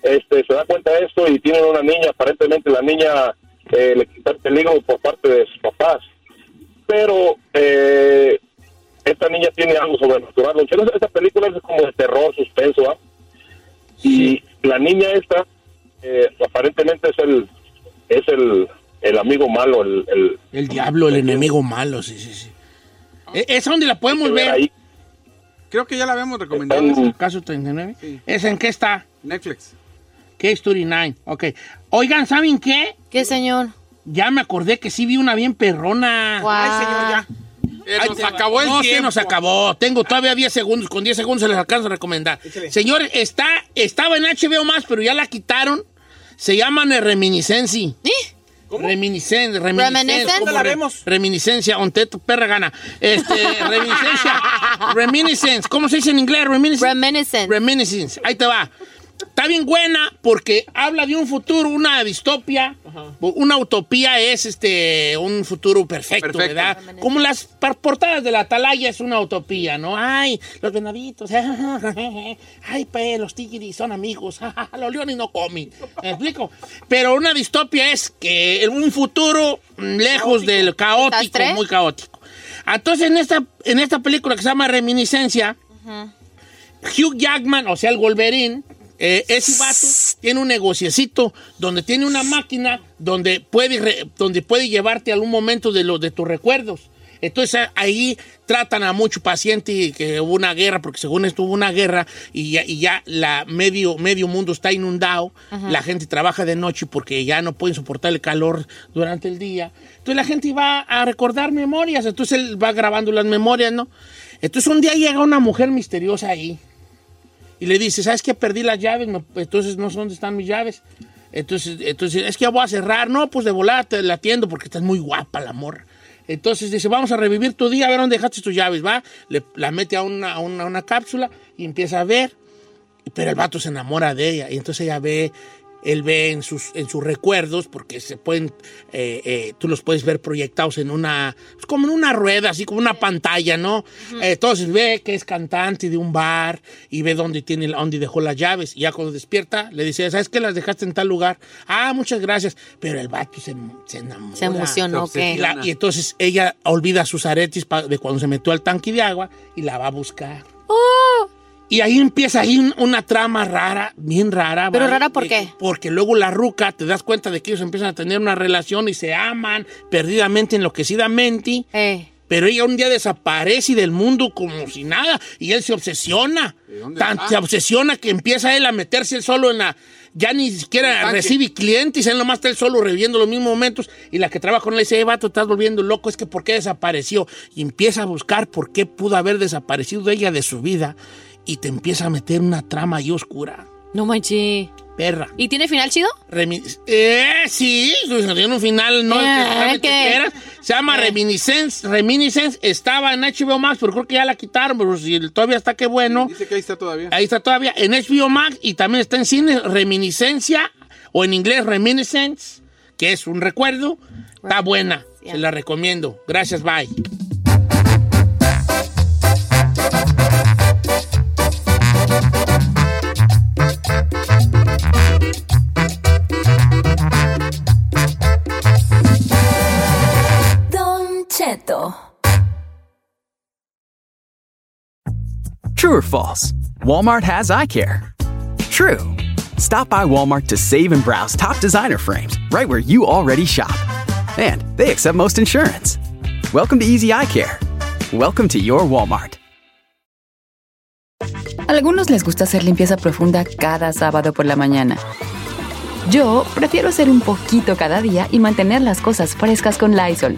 Speaker 11: este, se da cuenta de esto y tienen una niña, aparentemente la niña eh, le quita el peligro por parte de sus papás, pero eh, esta niña tiene algo sobrenatural. Don Chelo, Esta película es como de terror, suspenso, ¿ah? Y la niña esta, eh, aparentemente es el, es el, el amigo malo, el, el,
Speaker 1: El diablo, el enemigo malo, sí, sí, sí. E- Es donde la podemos ver.
Speaker 5: Creo que ya la habíamos recomendado.
Speaker 1: ¿En el caso 39? ¿Es en qué está?
Speaker 5: Netflix.
Speaker 1: Case 39, ok. Oigan, ¿saben qué?
Speaker 4: ¿Qué, señor?
Speaker 1: Ya me acordé que sí vi una bien perrona.
Speaker 4: Ay, señor, ya.
Speaker 1: Ay, se acabó el no, se nos acabó. Tengo todavía 10 segundos. Con 10 segundos se les alcanza a recomendar. Señor, está, estaba en HBO más, pero ya la quitaron. Se llaman eh, Reminiscency. ¿Cómo? Reminiscen,
Speaker 4: Reminiscence.
Speaker 1: reminiscencia.
Speaker 4: ¿Dónde la vemos?
Speaker 1: Reminiscencia, onte tu perra gana. Este, reminiscencia. Reminiscence. ¿Cómo se dice en inglés? Reminiscence.
Speaker 4: Reminiscence.
Speaker 1: Ahí te va. Está bien buena porque habla de un futuro, una distopia. Una utopía es este un futuro perfecto,
Speaker 5: Perfecto.
Speaker 1: ¿verdad? Como las par- portadas de la atalaya es una utopía, ¿no? Ay, los venaditos, ay, pues, los tigris son amigos, los leones no comen, ¿me explico? Pero una distopia es que un futuro mm, lejos del caótico,
Speaker 4: ¿Sastre?
Speaker 1: muy caótico. Entonces, en esta, en esta película que se llama Reminiscencia, Hugh Jackman, o sea, el Wolverine, eh, ese vato tiene un negociecito donde tiene una máquina donde puede, re- donde puede llevarte a algún momento de, los de tus recuerdos. Entonces a- ahí tratan a mucho paciente y que hubo una guerra, porque según esto hubo una guerra y ya, y ya la medio, medio mundo está inundado,
Speaker 5: Ajá.
Speaker 1: la gente trabaja de noche porque ya no pueden soportar el calor durante el día. Entonces la gente va a recordar memorias, entonces él va grabando las memorias, ¿no? Entonces un día llega una mujer misteriosa ahí y le dice, ¿sabes qué? Perdí las llaves, me- entonces no sé dónde están mis llaves. Entonces, entonces es que ya voy a cerrar. No, pues de volada te la atiendo porque estás muy guapa la morra. Entonces dice, vamos a revivir tu día, a ver dónde dejaste tus llaves, va. Le, la mete a una, a una- a una cápsula y empieza a ver. Pero el vato se enamora de ella y entonces ella ve, él ve en sus, en sus recuerdos porque se pueden, eh, eh, tú los puedes ver proyectados en una, pues, como en una rueda, así como una pantalla, ¿no? Eh, Entonces ve que es cantante de un bar y ve dónde tiene, la- dónde dejó las llaves y ya cuando despierta le dice, ¿sabes qué? Las dejaste en tal lugar. Ah, muchas gracias. Pero el vato se, se enamora.
Speaker 4: Se emocionó, Se ¿qué?
Speaker 1: Y, la- y entonces ella olvida sus aretes pa- de cuando se metió al tanque de agua y la va a buscar.
Speaker 5: Oh.
Speaker 1: Y ahí empieza ahí un- una trama rara, bien rara.
Speaker 4: ¿Pero
Speaker 1: ¿vale?
Speaker 4: rara por
Speaker 1: Eh,
Speaker 4: qué?
Speaker 1: Porque luego la ruca, te das cuenta de que ellos empiezan a tener una relación y se aman perdidamente, enloquecidamente.
Speaker 4: Eh.
Speaker 1: Pero ella un día desaparece del mundo como si nada y él se obsesiona. Tan-
Speaker 5: está?
Speaker 1: se obsesiona que empieza él a meterse él solo en la... Ya ni siquiera
Speaker 5: tanque.
Speaker 1: recibe clientes, él nomás está él solo reviviendo los mismos momentos y la que trabaja con él le dice, eh, vato, estás volviendo loco, es que ¿por qué desapareció? Y empieza a buscar por qué pudo haber desaparecido ella de su vida y te empieza a meter una trama ahí oscura.
Speaker 4: No manches.
Speaker 1: Perra.
Speaker 4: ¿Y tiene final chido?
Speaker 1: Remi- eh, sí, tiene un final no
Speaker 4: Eh,
Speaker 1: exactamente
Speaker 4: ¿qué? Ah.
Speaker 1: que era. Se llama Reminiscence. Reminiscence estaba en HBO Max, pero creo que ya la quitaron, pero si todavía está, qué bueno.
Speaker 5: Dice que ahí está todavía.
Speaker 1: Ahí está todavía en HBO Max y también está en cine Reminiscencia o en inglés Reminiscence, que es un recuerdo. Está buena, se la recomiendo. Gracias, bye.
Speaker 6: Don Cheto.
Speaker 12: True or false? Walmart has eye care. True. Stop by Walmart to save and browse top designer frames right where you already shop. And they accept most insurance. Welcome to Easy Eye Care. Welcome to your Walmart.
Speaker 13: Algunos les gusta hacer limpieza profunda cada sábado por la mañana. Yo prefiero hacer un poquito cada día y mantener las cosas frescas con Lysol.